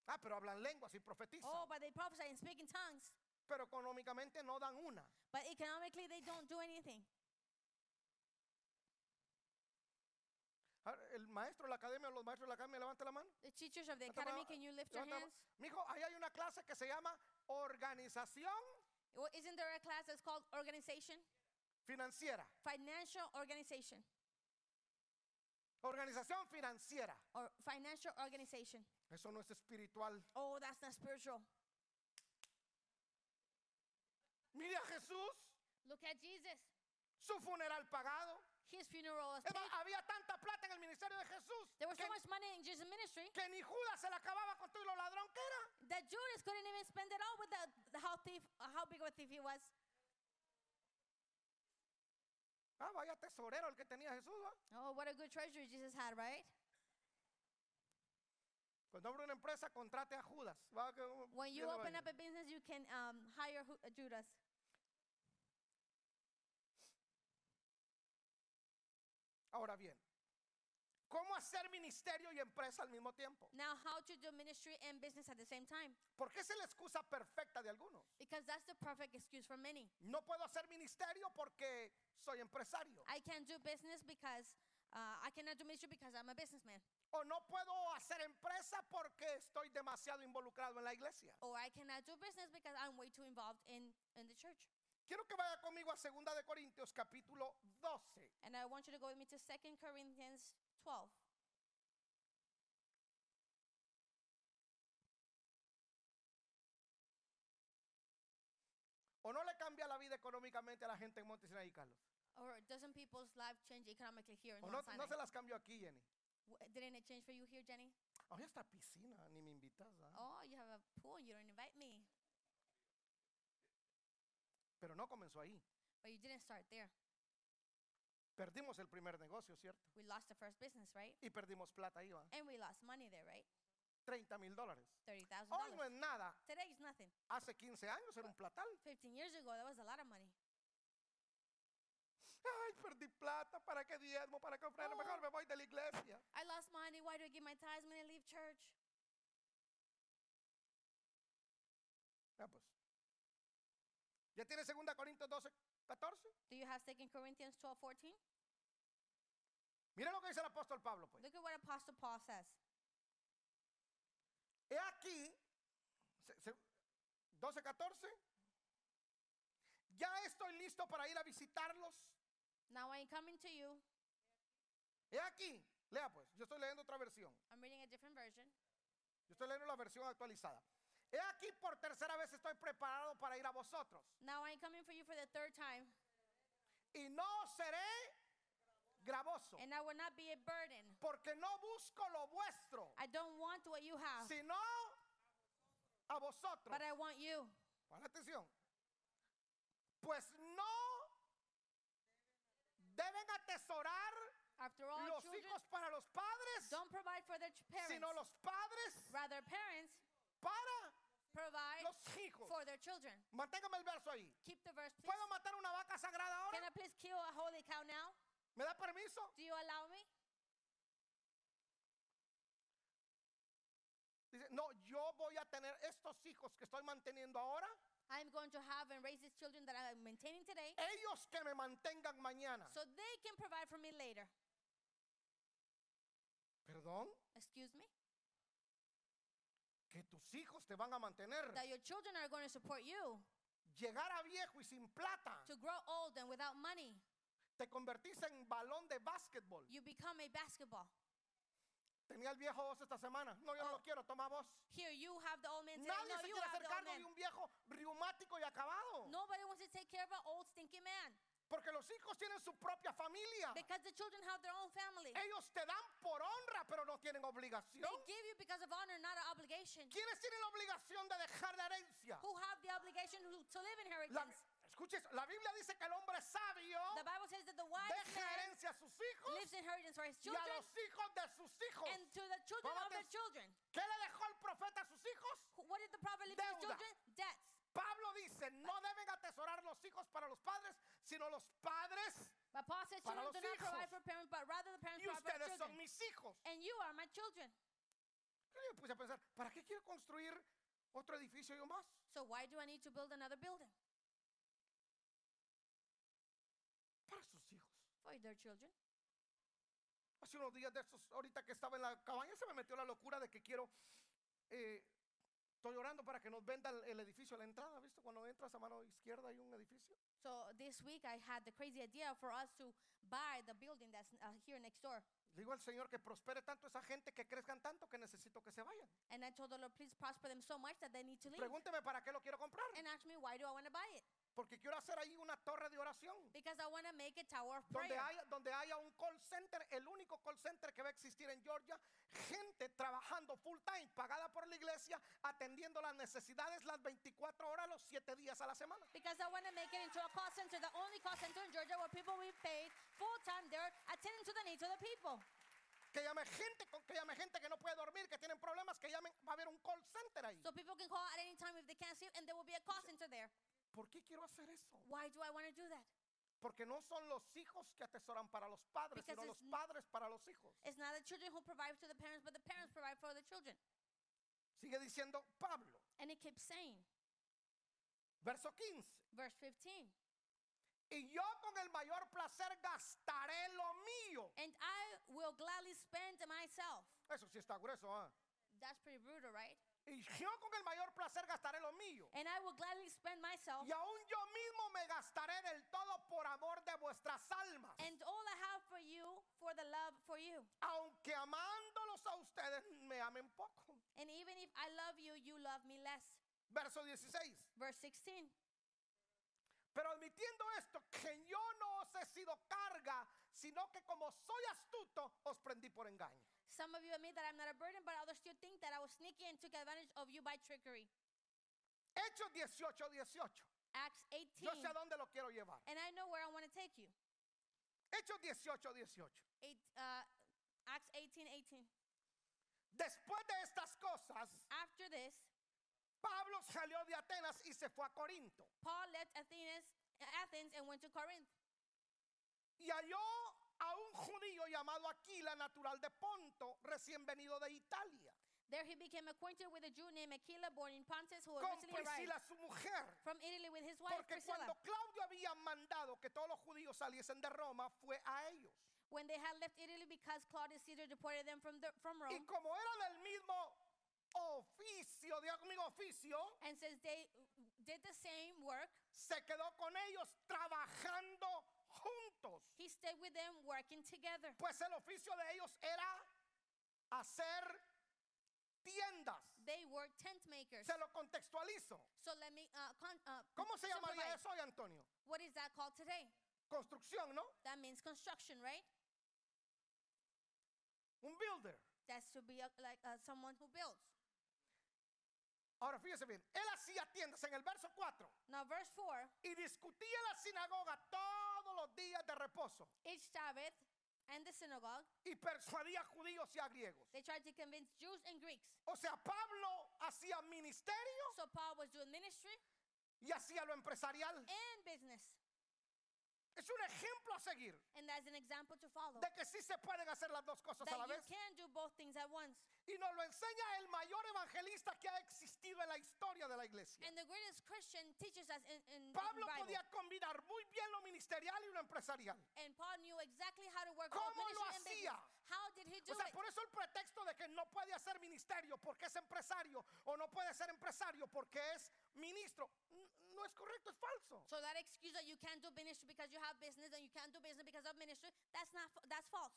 Speaker 1: Ah, pero hablan lenguas y profetizan.
Speaker 2: Oh, but they prophesy and speak in tongues.
Speaker 1: Pero económicamente no dan una.
Speaker 2: But economically, they don't do anything.
Speaker 1: A ver, Ah, El maestro de la academia, los maestros de la academia, levanta la mano.
Speaker 2: The teachers of the
Speaker 1: Levanta
Speaker 2: academy,
Speaker 1: mano,
Speaker 2: can you lift your
Speaker 1: levanta la
Speaker 2: hands?
Speaker 1: mano. Mijo, ahí hay una clase que se llama organización
Speaker 2: Well, Isn't there a class that's called organization?
Speaker 1: financiera.
Speaker 2: Financial organization.
Speaker 1: Organización financiera.
Speaker 2: Or financial organization.
Speaker 1: Eso no es espiritual.
Speaker 2: Oh, that's not spiritual.
Speaker 1: Mire a Jesús,
Speaker 2: Look at Jesus.
Speaker 1: su funeral pagado.
Speaker 2: His funeral was
Speaker 1: Es más,
Speaker 2: paid.
Speaker 1: había tanta plata en el ministerio de Jesús
Speaker 2: There was
Speaker 1: que,
Speaker 2: so much money in Jesus' ministry
Speaker 1: que ni Judas se la acababa con todo y lo ladrón que era.
Speaker 2: that Judas couldn't even spend it all with the, the how thief, uh, how big of a thief he was.
Speaker 1: Ah, vaya tesorero el que tenía Jesús. ¿va?
Speaker 2: Oh, what a good treasure Jesus had, right?
Speaker 1: Cuando abre una empresa, contrate a Judas. ¿va? Que, uh,
Speaker 2: When you
Speaker 1: tiene
Speaker 2: open
Speaker 1: vaina.
Speaker 2: up a business, you can um, hire Hu- uh, Judas.
Speaker 1: Ahora bien, ¿cómo hacer ministerio y empresa al mismo tiempo?
Speaker 2: Now, how to do ministry and business at the same time?
Speaker 1: Porque esa es la excusa
Speaker 2: perfect excuse for many.
Speaker 1: No puedo hacer ministerio porque soy empresario.
Speaker 2: I can't do business because uh, I cannot do ministry because I'm a businessman.
Speaker 1: O no puedo hacer empresa porque estoy demasiado involucrado en la iglesia.
Speaker 2: Or I cannot do business because I'm way too involved in, in the church.
Speaker 1: Quiero que vaya conmigo a 2 de Corintios capítulo 12.
Speaker 2: And I want you to go with me to 2 Corinthians 12.
Speaker 1: ¿O no le cambia la vida económicamente a la gente en Monte Sinaí, Carlos?
Speaker 2: Or doesn't people's life change economically here in
Speaker 1: ¿O Oh, no,
Speaker 2: Mount
Speaker 1: no se
Speaker 2: Sinai?
Speaker 1: las cambió aquí, Jenny?
Speaker 2: W- Didn't it change for you here, Jenny?
Speaker 1: Hoy hasta piscina, ni me invitas. ¿ah?
Speaker 2: Oh, you have a pool. You don't invite me.
Speaker 1: Pero no comenzó ahí.
Speaker 2: But you didn't start there.
Speaker 1: Perdimos el primer negocio, ¿cierto?
Speaker 2: We lost the first business, right?
Speaker 1: Y perdimos plata ahí, ¿va?
Speaker 2: And we lost money there, right?
Speaker 1: 30 mil dólares.
Speaker 2: $30,000.
Speaker 1: Hoy no es nada.
Speaker 2: Today is nothing.
Speaker 1: Hace 15 años era un platal.
Speaker 2: 15 years ago, that was a lot of money.
Speaker 1: Ay, perdí plata. ¿Para qué diezmo? ¿Para qué ofrenda?
Speaker 2: Oh.
Speaker 1: Mejor me voy de la iglesia.
Speaker 2: I lost money. Why do I give my tithes when I leave church?
Speaker 1: Ya pues. ¿Ya tiene 2 Corintios 12, 14?
Speaker 2: Do you have 2 Corinthians 12 14?
Speaker 1: Mira lo que dice el apóstol Pablo, pues.
Speaker 2: Look at what Apostle Paul says.
Speaker 1: He aquí, se- se- 12, 14. Ya estoy listo para ir a visitarlos.
Speaker 2: Now I am coming to you.
Speaker 1: He aquí, lea pues, yo estoy leyendo otra versión.
Speaker 2: I'm reading a different version.
Speaker 1: Yo estoy leyendo la versión actualizada. He aquí, por tercera vez estoy preparado para ir a vosotros.
Speaker 2: Now I am coming for you for the third time,
Speaker 1: Y no seré gravoso.
Speaker 2: and I will not be a burden.
Speaker 1: Porque no busco lo vuestro,
Speaker 2: I don't want what you have,
Speaker 1: sino a vosotros.
Speaker 2: but I want you.
Speaker 1: Pon atención. Pues no deben atesorar
Speaker 2: After all,
Speaker 1: los
Speaker 2: children
Speaker 1: hijos para los padres,
Speaker 2: don't provide for their ch- parents.
Speaker 1: sino los padres
Speaker 2: Rather, parents
Speaker 1: para
Speaker 2: provide
Speaker 1: los hijos.
Speaker 2: for their children.
Speaker 1: Manténgame el verso ahí.
Speaker 2: Keep the verse, please.
Speaker 1: ¿Puedo matar una vaca sagrada
Speaker 2: Can
Speaker 1: ahora?
Speaker 2: I please kill a holy cow now?
Speaker 1: ¿Me da permiso?
Speaker 2: Do you allow me?
Speaker 1: Dice, no, yo voy a tener estos hijos que estoy manteniendo ahora,
Speaker 2: I'm going to have and raise these children that I'm maintaining today
Speaker 1: ellos que me mantengan mañana.
Speaker 2: so they can provide for me later.
Speaker 1: Perdón,
Speaker 2: Excuse me?
Speaker 1: que tus hijos te van a mantener.
Speaker 2: That your children are going to support you
Speaker 1: Llegar a viejo y sin plata,
Speaker 2: to grow old and without money.
Speaker 1: te convertís en balón de básquetbol.
Speaker 2: You become a basketball.
Speaker 1: Tenía el viejo vos esta semana. No, yo no
Speaker 2: Oh.
Speaker 1: lo quiero, toma vos.
Speaker 2: Here, you have the old man today.
Speaker 1: Nadie
Speaker 2: No,
Speaker 1: se
Speaker 2: you
Speaker 1: quiere
Speaker 2: have
Speaker 1: hacer
Speaker 2: the old
Speaker 1: cargo
Speaker 2: man.
Speaker 1: de un viejo reumático y acabado.
Speaker 2: Nobody wants to take care of an old stinky man
Speaker 1: Porque los hijos tienen su propia familia.
Speaker 2: because the children have their own family.
Speaker 1: Ellos te dan por honra, pero no tienen obligación.
Speaker 2: They give you because of honor, not an obligation.
Speaker 1: ¿Quiénes tienen la obligación de dejar la herencia?
Speaker 2: Who have the obligation who, to live
Speaker 1: La,
Speaker 2: inheritance?
Speaker 1: escuche eso, la Biblia dice que el hombre sabio
Speaker 2: The Bible says that the wise
Speaker 1: deja
Speaker 2: man
Speaker 1: herencia a sus hijos
Speaker 2: lives inheritance for his
Speaker 1: y a
Speaker 2: children
Speaker 1: los hijos de sus hijos.
Speaker 2: and to the children
Speaker 1: Ponga
Speaker 2: of their
Speaker 1: atención.
Speaker 2: children.
Speaker 1: ¿Qué le dejó el profeta a sus hijos?
Speaker 2: Who- What did the prophet leave to his
Speaker 1: Deuda.
Speaker 2: children? Debts.
Speaker 1: Pablo dice, no deben atesorar los hijos para los padres, sino los padres
Speaker 2: But Paul says
Speaker 1: Para
Speaker 2: children do
Speaker 1: los
Speaker 2: not provide
Speaker 1: hijos.
Speaker 2: for parents, but rather the parents
Speaker 1: y
Speaker 2: provide for
Speaker 1: ustedes
Speaker 2: their
Speaker 1: son
Speaker 2: children.
Speaker 1: mis hijos.
Speaker 2: And you are my children.
Speaker 1: Yo me puse a pensar, ¿para qué quiero construir otro edificio yo más?
Speaker 2: So why do I need to build another building
Speaker 1: Para sus hijos.
Speaker 2: for their children?
Speaker 1: Hace unos días de estos, ahorita que estaba en la cabaña, se me metió la locura de que quiero. eh, estoy orando para que nos vendan el edificio a la entrada, ¿viste? Cuando entras a mano izquierda hay un edificio.
Speaker 2: So this week I had the crazy idea for us to buy the building that's uh, here next door.
Speaker 1: Le digo al Señor que prospere tanto esa gente, que crezcan tanto, que necesito que se vayan.
Speaker 2: And I told the Lord, please prosper them so much that they need to leave.
Speaker 1: Pregúnteme para qué lo quiero comprar.
Speaker 2: And asked me, why do I want to buy it?
Speaker 1: Porque quiero hacer ahí una torre de oración.
Speaker 2: Because I want to make a tower of
Speaker 1: Donde
Speaker 2: prayer.
Speaker 1: haya, donde haya un call center, el único call center que va a existir en Georgia, gente trabajando full time, pagada por la iglesia, atendiendo las necesidades las 24 horas, los 7 días a la semana.
Speaker 2: Because I want to make it into a call center, the only call center in Georgia where people will be paid full time there, attending to the needs of the people.
Speaker 1: Que llame gente, con- que llame gente que no puede dormir, que tienen problemas, que llamen, va a haber un call center ahí.
Speaker 2: So people can call at any time if they can't sleep, and there will be a call center there.
Speaker 1: ¿Por qué quiero hacer eso?
Speaker 2: Why do I want to do that?
Speaker 1: Porque no son los hijos que atesoran para los padres,
Speaker 2: Because
Speaker 1: sino
Speaker 2: it's
Speaker 1: los
Speaker 2: n-
Speaker 1: padres para los hijos.
Speaker 2: It's not the children who provide to the parents, but the parents provide for the children.
Speaker 1: Sigue diciendo Pablo,
Speaker 2: And it keeps saying,
Speaker 1: Verso 15.
Speaker 2: Verse 15.
Speaker 1: Y yo con el mayor placer gastaré lo mío.
Speaker 2: And I will gladly spend myself.
Speaker 1: Eso sí está grueso, ¿ah?
Speaker 2: That's pretty brutal, right?
Speaker 1: Y yo con el mayor placer gastaré lo mío.
Speaker 2: And I will gladly spend myself.
Speaker 1: Y aún yo mismo me gastaré del todo por amor de vuestras almas.
Speaker 2: And all I have for you, for the love for you.
Speaker 1: Aunque amándolos a ustedes me amen poco.
Speaker 2: And even if I love you, you love me less.
Speaker 1: Verso 16.
Speaker 2: Verse 16.
Speaker 1: Pero admitiendo esto, que yo no os he sido carga, sino que como soy astuto, os prendí por engaño.
Speaker 2: Some of you admit that I'm not a burden, but others still think that I was sneaky and took advantage of you by trickery.
Speaker 1: Hechos 18, 18.
Speaker 2: Acts 18.
Speaker 1: Yo sé a dónde lo quiero llevar.
Speaker 2: And I know where I want to take you.
Speaker 1: Hechos 18, 18.
Speaker 2: Eight, uh, Acts 18, 18.
Speaker 1: Después de estas cosas,
Speaker 2: After this,
Speaker 1: Pablo salió de Atenas y se fue a Corinto.
Speaker 2: Paul left Athens, Athens and went to Corinth.
Speaker 1: Y halló a un judío llamado Aquila, natural de Ponto, recién venido de Italia,
Speaker 2: There he became acquainted with a Jew named Aquila, born in Pontus, who
Speaker 1: con
Speaker 2: originally arrived
Speaker 1: Priscila, su mujer.
Speaker 2: from Italy with his wife
Speaker 1: Porque
Speaker 2: Priscilla.
Speaker 1: cuando Claudio había mandado que todos los judíos saliesen de Roma, fue a ellos.
Speaker 2: When they had left Italy because Claudius Caesar deported them from, the, from
Speaker 1: Y
Speaker 2: Rome,
Speaker 1: como era del mismo oficio, diga conmigo oficio,
Speaker 2: and since they did the same work,
Speaker 1: se quedó con ellos trabajando juntos.
Speaker 2: he stayed with them working together.
Speaker 1: Pues el oficio de ellos era hacer tiendas.
Speaker 2: They were tent makers.
Speaker 1: Se lo contextualizo.
Speaker 2: So let me uh, con, uh,
Speaker 1: ¿Cómo se llamaría
Speaker 2: simplify.
Speaker 1: eso hoy, Antonio?
Speaker 2: What is that called today?
Speaker 1: Construcción, ¿no?
Speaker 2: That means construction, right?
Speaker 1: Un builder.
Speaker 2: That's to be a, like uh, someone who builds.
Speaker 1: Ahora fíjese bien, él hacía tiendas en el verso 4
Speaker 2: Now, verse 4
Speaker 1: y discutía en la sinagoga todos los días de reposo
Speaker 2: each Sabbath and the synagogue,
Speaker 1: y persuadía a judíos y a griegos.
Speaker 2: they tried to convince Jews and Greeks.
Speaker 1: O sea, Pablo hacía ministerio
Speaker 2: So, Paul was doing ministry
Speaker 1: y hacía lo empresarial.
Speaker 2: and business.
Speaker 1: Es un ejemplo a seguir
Speaker 2: And that's an example to follow.
Speaker 1: de que sí se pueden hacer las dos cosas a
Speaker 2: that
Speaker 1: la
Speaker 2: you
Speaker 1: vez.
Speaker 2: can do both things at once.
Speaker 1: Y nos lo enseña el mayor evangelista que ha existido en la historia de la iglesia.
Speaker 2: And the greatest Christian teaches us in, in, in
Speaker 1: Pablo
Speaker 2: Bible.
Speaker 1: podía combinar muy bien lo ministerial y lo empresarial.
Speaker 2: And Paul knew exactly how to work
Speaker 1: ¿Cómo
Speaker 2: both
Speaker 1: lo
Speaker 2: ministry and business.
Speaker 1: hacía?
Speaker 2: How did he do
Speaker 1: O sea,
Speaker 2: it?
Speaker 1: por eso el pretexto de que no puede hacer ministerio porque es empresario o no puede ser empresario porque es ministro n- no es correcto, es falso.
Speaker 2: So that excuse that you can't do ministry because you have business and you can't do business because of ministry, that's not fa- that's false.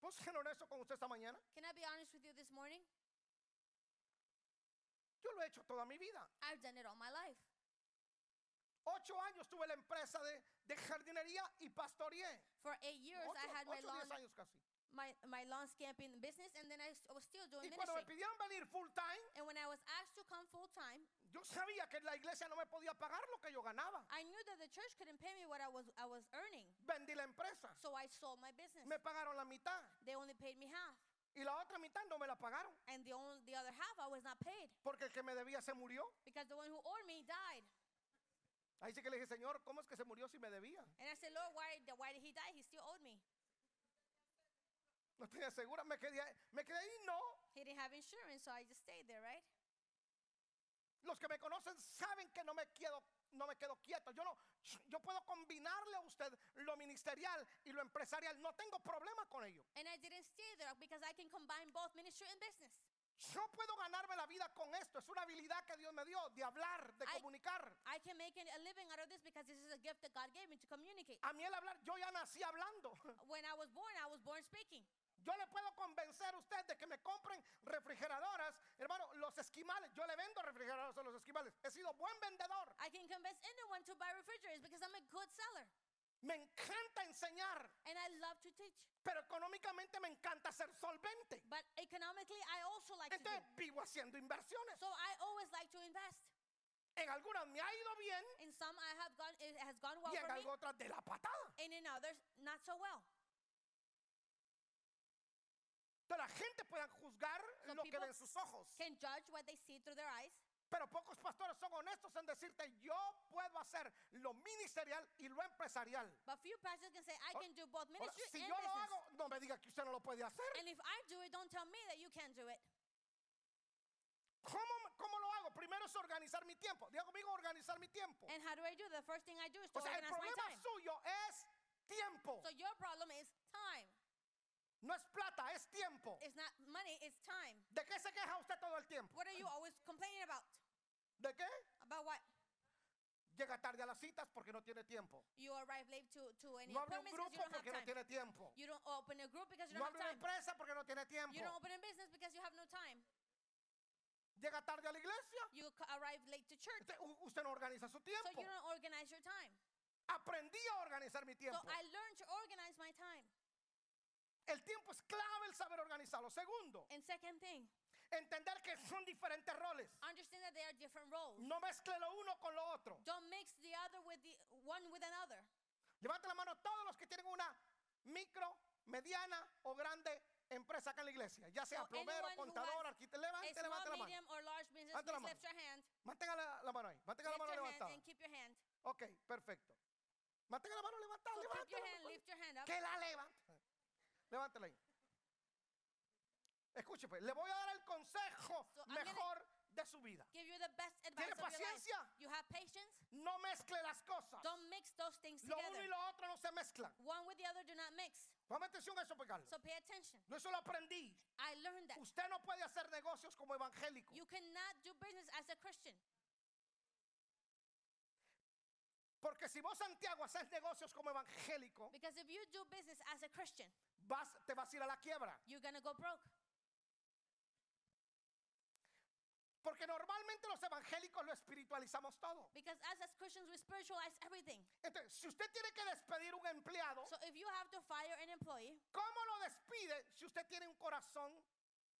Speaker 1: ¿Puedo ser honesto con usted esta mañana?
Speaker 2: Can I be honest with you this morning?
Speaker 1: Yo lo he hecho toda mi vida.
Speaker 2: I've done it all my life.
Speaker 1: Ocho años tuve la empresa de, de jardinería y pastoreé.
Speaker 2: For eight years,
Speaker 1: Ocho,
Speaker 2: I had
Speaker 1: ocho,
Speaker 2: my lawn,
Speaker 1: diez años casi.
Speaker 2: my, my lawn scamping business, and then I s- I was still doing
Speaker 1: Y cuando me
Speaker 2: ministry.
Speaker 1: pidieron venir full time,
Speaker 2: And when I was asked to come full time,
Speaker 1: yo sabía que la iglesia no me podía pagar lo que yo ganaba.
Speaker 2: I knew that the church couldn't pay me what I was I was earning,
Speaker 1: Vendí la empresa.
Speaker 2: so I sold my business.
Speaker 1: Me pagaron la mitad
Speaker 2: They only paid me half,
Speaker 1: y la otra mitad no me la pagaron
Speaker 2: and the only, the other half I was not paid
Speaker 1: porque el que me debía se murió.
Speaker 2: because the one who owed me died.
Speaker 1: Ahí sí que le dije, Señor, ¿cómo es que se murió si me debía?
Speaker 2: And I said, Lord, why did- why did he die? He still owed me.
Speaker 1: No tenía segura, me quedé, ahí- me quedé ahí, no.
Speaker 2: He didn't have insurance, so I just stayed there, right?
Speaker 1: Los que me conocen saben que no me quedo, no me quedo quieto. Yo no, yo puedo combinarle a usted lo ministerial y lo empresarial. No tengo problema con ello.
Speaker 2: And I didn't stay there because I can combine both ministry and business.
Speaker 1: Yo puedo ganarme la vida con esto. Es una habilidad que Dios me dio de hablar, de
Speaker 2: Ay.
Speaker 1: comunicar.
Speaker 2: I can make an- a living out of this because this is a gift that God gave me to communicate.
Speaker 1: A mí el hablar, yo ya nací hablando. (laughs)
Speaker 2: When I was born, I was born speaking.
Speaker 1: Yo le puedo convencer a usted de que me compren refrigeradoras. Hermano, los esquimales, yo le vendo refrigeradoras a los esquimales. He sido buen vendedor.
Speaker 2: I can convince anyone to buy refrigerators because I'm a good seller
Speaker 1: Me encanta enseñar,
Speaker 2: and I love to teach.
Speaker 1: pero económicamente me encanta ser solvente.
Speaker 2: But economically, I also like to do.
Speaker 1: Entonces vivo haciendo inversiones.
Speaker 2: So I always like to invest.
Speaker 1: En algunas me ha ido bien
Speaker 2: In some, I have gone. It has gone well
Speaker 1: y en
Speaker 2: for me,
Speaker 1: algo otras de la patada.
Speaker 2: and in others, not so well.
Speaker 1: Entonces la gente puede juzgar
Speaker 2: Some
Speaker 1: lo que
Speaker 2: people
Speaker 1: ven sus ojos.
Speaker 2: Can judge what they see through their eyes.
Speaker 1: Pero pocos pastores son honestos en decirte, yo puedo hacer lo ministerial y lo empresarial.
Speaker 2: But few pastors can say, I
Speaker 1: Ahora-
Speaker 2: can do both
Speaker 1: Ahora,
Speaker 2: ministry
Speaker 1: Oh, si
Speaker 2: and
Speaker 1: yo lo
Speaker 2: business.
Speaker 1: hago, no me diga que usted no lo puede hacer. Oh.
Speaker 2: And if I do it, don't tell me that you can't do it.
Speaker 1: ¿Cómo, cómo es organizar mi tiempo. Diga conmigo, organizar mi tiempo.
Speaker 2: And how do I do that? The first thing I do is to
Speaker 1: O sea, el
Speaker 2: organize my
Speaker 1: problema
Speaker 2: time.
Speaker 1: suyo es tiempo.
Speaker 2: So your problem is time.
Speaker 1: No es plata, es tiempo.
Speaker 2: It's not money, it's time.
Speaker 1: ¿De qué se queja usted todo el tiempo?
Speaker 2: What are you always complaining about?
Speaker 1: ¿De qué?
Speaker 2: About what?
Speaker 1: Llega tarde a las citas porque no tiene tiempo.
Speaker 2: You arrive late to, to any
Speaker 1: No abre un
Speaker 2: appointments
Speaker 1: grupo
Speaker 2: because you don't have
Speaker 1: porque no
Speaker 2: time.
Speaker 1: tiene tiempo.
Speaker 2: You don't open a group because you
Speaker 1: No
Speaker 2: don't
Speaker 1: abre una
Speaker 2: have time.
Speaker 1: empresa porque no tiene
Speaker 2: You don't
Speaker 1: tiempo.
Speaker 2: open a business because you have no time.
Speaker 1: Llega tarde a la iglesia.
Speaker 2: You c- arrive late to church.
Speaker 1: Usted, u- usted no organiza su
Speaker 2: So
Speaker 1: tiempo.
Speaker 2: you don't organize your time.
Speaker 1: Aprendí a organizar mi
Speaker 2: So
Speaker 1: tiempo.
Speaker 2: I learned to organize my time.
Speaker 1: El tiempo es clave el saber organizarlo. Segundo,
Speaker 2: And second thing,
Speaker 1: entender que son diferentes roles.
Speaker 2: understand that there are different roles.
Speaker 1: No mezcle lo uno con lo otro.
Speaker 2: Don't mix the other with the one with another.
Speaker 1: Levante la mano todos los que tienen una micro, mediana o grande empresa acá en la iglesia. Ya sea
Speaker 2: So
Speaker 1: plomero,
Speaker 2: anyone who
Speaker 1: contador,
Speaker 2: has
Speaker 1: arquitecto.
Speaker 2: A
Speaker 1: Levante,
Speaker 2: small,
Speaker 1: levante la mano.
Speaker 2: medium, or large business,
Speaker 1: Levante la
Speaker 2: please lift
Speaker 1: mano.
Speaker 2: your hand.
Speaker 1: Mantenga la, la mano ahí. Mantenga la
Speaker 2: Lift
Speaker 1: mano
Speaker 2: your hand
Speaker 1: levantada.
Speaker 2: and keep your hand.
Speaker 1: Ok, perfecto. Mantenga la mano levantada.
Speaker 2: So keep
Speaker 1: levántela,
Speaker 2: your hand,
Speaker 1: por favor.
Speaker 2: lift your hand up.
Speaker 1: Que la levante. Levántela ahí. Escuche, pues, le voy a dar el consejo
Speaker 2: So I'm gonna-
Speaker 1: mejor de su vida.
Speaker 2: Give you the best advice
Speaker 1: ¿Tiene
Speaker 2: of your life.
Speaker 1: paciencia?
Speaker 2: You have patience.
Speaker 1: No mezcle las cosas.
Speaker 2: Don't mix those things
Speaker 1: Lo uno y
Speaker 2: together.
Speaker 1: lo otro no se mezclan.
Speaker 2: One with the other do not mix.
Speaker 1: Ponme atención a eso, Ricardo.
Speaker 2: So pay attention.
Speaker 1: No, eso lo aprendí.
Speaker 2: I learned that.
Speaker 1: Usted no puede hacer negocios como evangélico.
Speaker 2: You cannot do business as a Christian.
Speaker 1: Porque si vos, Santiago, haces negocios como evangélico,
Speaker 2: Because if you do business as a Christian,
Speaker 1: vas, te vas a ir a la quiebra.
Speaker 2: you're going to go broke.
Speaker 1: Porque normalmente los evangélicos lo espiritualizamos todo.
Speaker 2: Because us as Christians, we spiritualize everything.
Speaker 1: Entonces, si usted tiene que despedir un empleado,
Speaker 2: So if you have to fire an employee,
Speaker 1: ¿cómo lo despide si usted tiene un corazón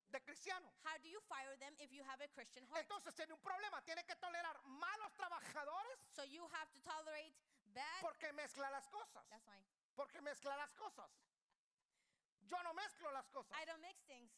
Speaker 1: de cristiano?
Speaker 2: how do you fire them if you have a Christian heart?
Speaker 1: Entonces tiene un problema, tiene que tolerar malos trabajadores
Speaker 2: So you have to tolerate bad.
Speaker 1: porque mezcla las cosas.
Speaker 2: That's fine.
Speaker 1: Porque mezcla las cosas. Yo no mezclo las cosas.
Speaker 2: I don't mix things.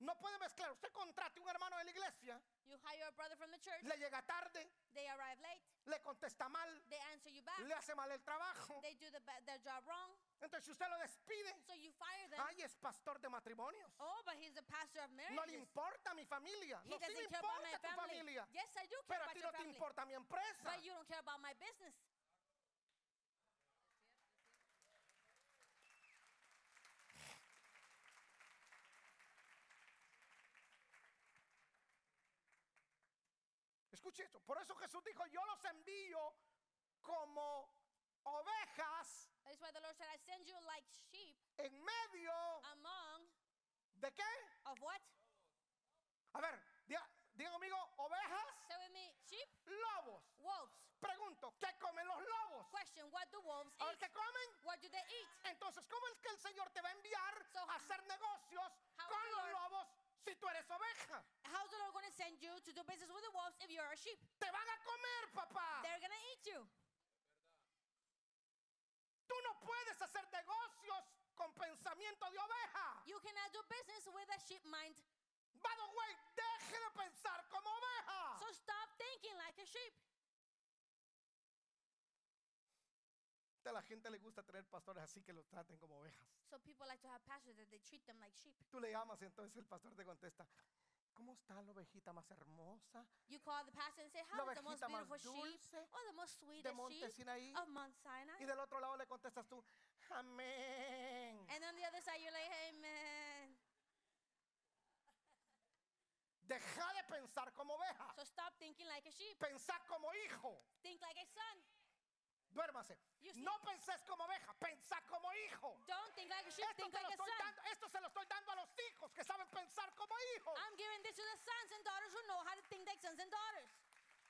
Speaker 1: No puede mezclar. Usted contrate un hermano de la iglesia,
Speaker 2: You hire a brother from the church,
Speaker 1: le llega tarde,
Speaker 2: they arrive late,
Speaker 1: le contesta mal,
Speaker 2: they answer you back,
Speaker 1: le hace mal el trabajo.
Speaker 2: they do the ba- their job wrong,
Speaker 1: Entonces si usted lo despide.
Speaker 2: so you fire them.
Speaker 1: Ay, es pastor de matrimonios.
Speaker 2: Oh, but he's a pastor of
Speaker 1: No le
Speaker 2: marriages.
Speaker 1: importa mi familia.
Speaker 2: He
Speaker 1: No sí
Speaker 2: doesn't
Speaker 1: le
Speaker 2: care about my
Speaker 1: importa tu
Speaker 2: family.
Speaker 1: familia.
Speaker 2: Yes, I do care
Speaker 1: Pero a
Speaker 2: about
Speaker 1: ti no
Speaker 2: your
Speaker 1: te
Speaker 2: family.
Speaker 1: importa mi empresa.
Speaker 2: But you don't care about my business.
Speaker 1: Escuche esto. Por eso Jesús dijo, yo los envío como ovejas
Speaker 2: That is why the Lord said, I send you like sheep
Speaker 1: en medio
Speaker 2: Ah. among
Speaker 1: de qué?
Speaker 2: of what?
Speaker 1: A ver, diga, diga conmigo, ovejas,
Speaker 2: Say with me, sheep,
Speaker 1: lobos.
Speaker 2: wolves.
Speaker 1: Pregunto, ¿qué comen los lobos?
Speaker 2: Question, what do wolves
Speaker 1: A ver,
Speaker 2: eat?
Speaker 1: ¿qué comen?
Speaker 2: What do they eat?
Speaker 1: Entonces, ¿cómo es que el Señor te va a enviar
Speaker 2: So,
Speaker 1: a hacer negocios
Speaker 2: how
Speaker 1: con
Speaker 2: the
Speaker 1: los
Speaker 2: Lord-
Speaker 1: lobos si tú eres oveja?
Speaker 2: How's the Lord going to send you to do business with the wolves if you're a sheep?
Speaker 1: Te van a comer, papá.
Speaker 2: They're going to eat you.
Speaker 1: Tú no puedes hacer negocios con pensamiento de oveja.
Speaker 2: You cannot do business with a sheep mind.
Speaker 1: By the way, deje de pensar como oveja.
Speaker 2: So stop thinking like a sheep.
Speaker 1: A la gente le gusta tener pastores así que los traten como ovejas.
Speaker 2: So people like to have pastors that they treat them like sheep.
Speaker 1: Tú le llamas y entonces el pastor te contesta, ¿cómo está la ovejita más hermosa?
Speaker 2: You call the pastor and say,
Speaker 1: la
Speaker 2: How is the most
Speaker 1: ovejita más
Speaker 2: beautiful sheep?
Speaker 1: dulce
Speaker 2: Oh, the most
Speaker 1: de
Speaker 2: sweetest
Speaker 1: Monte
Speaker 2: sheep
Speaker 1: Sinaí.
Speaker 2: of Mount Sinai.
Speaker 1: Y del otro lado le contestas tú, amén.
Speaker 2: And on the other side, you're like, Amen.
Speaker 1: Deja de pensar como oveja.
Speaker 2: So stop thinking like a sheep.
Speaker 1: Pensá como hijo.
Speaker 2: Think like a son.
Speaker 1: Duérmase.
Speaker 2: You see-
Speaker 1: No pensés como oveja, pensá como hijo.
Speaker 2: Don't think like a sheep,
Speaker 1: Esto,
Speaker 2: think
Speaker 1: te lo
Speaker 2: like a
Speaker 1: estoy
Speaker 2: son.
Speaker 1: dando- esto se lo estoy dando a los hijos que saben pensar como hijos.
Speaker 2: I'm giving this to the sons and daughters who know how to think like sons and daughters.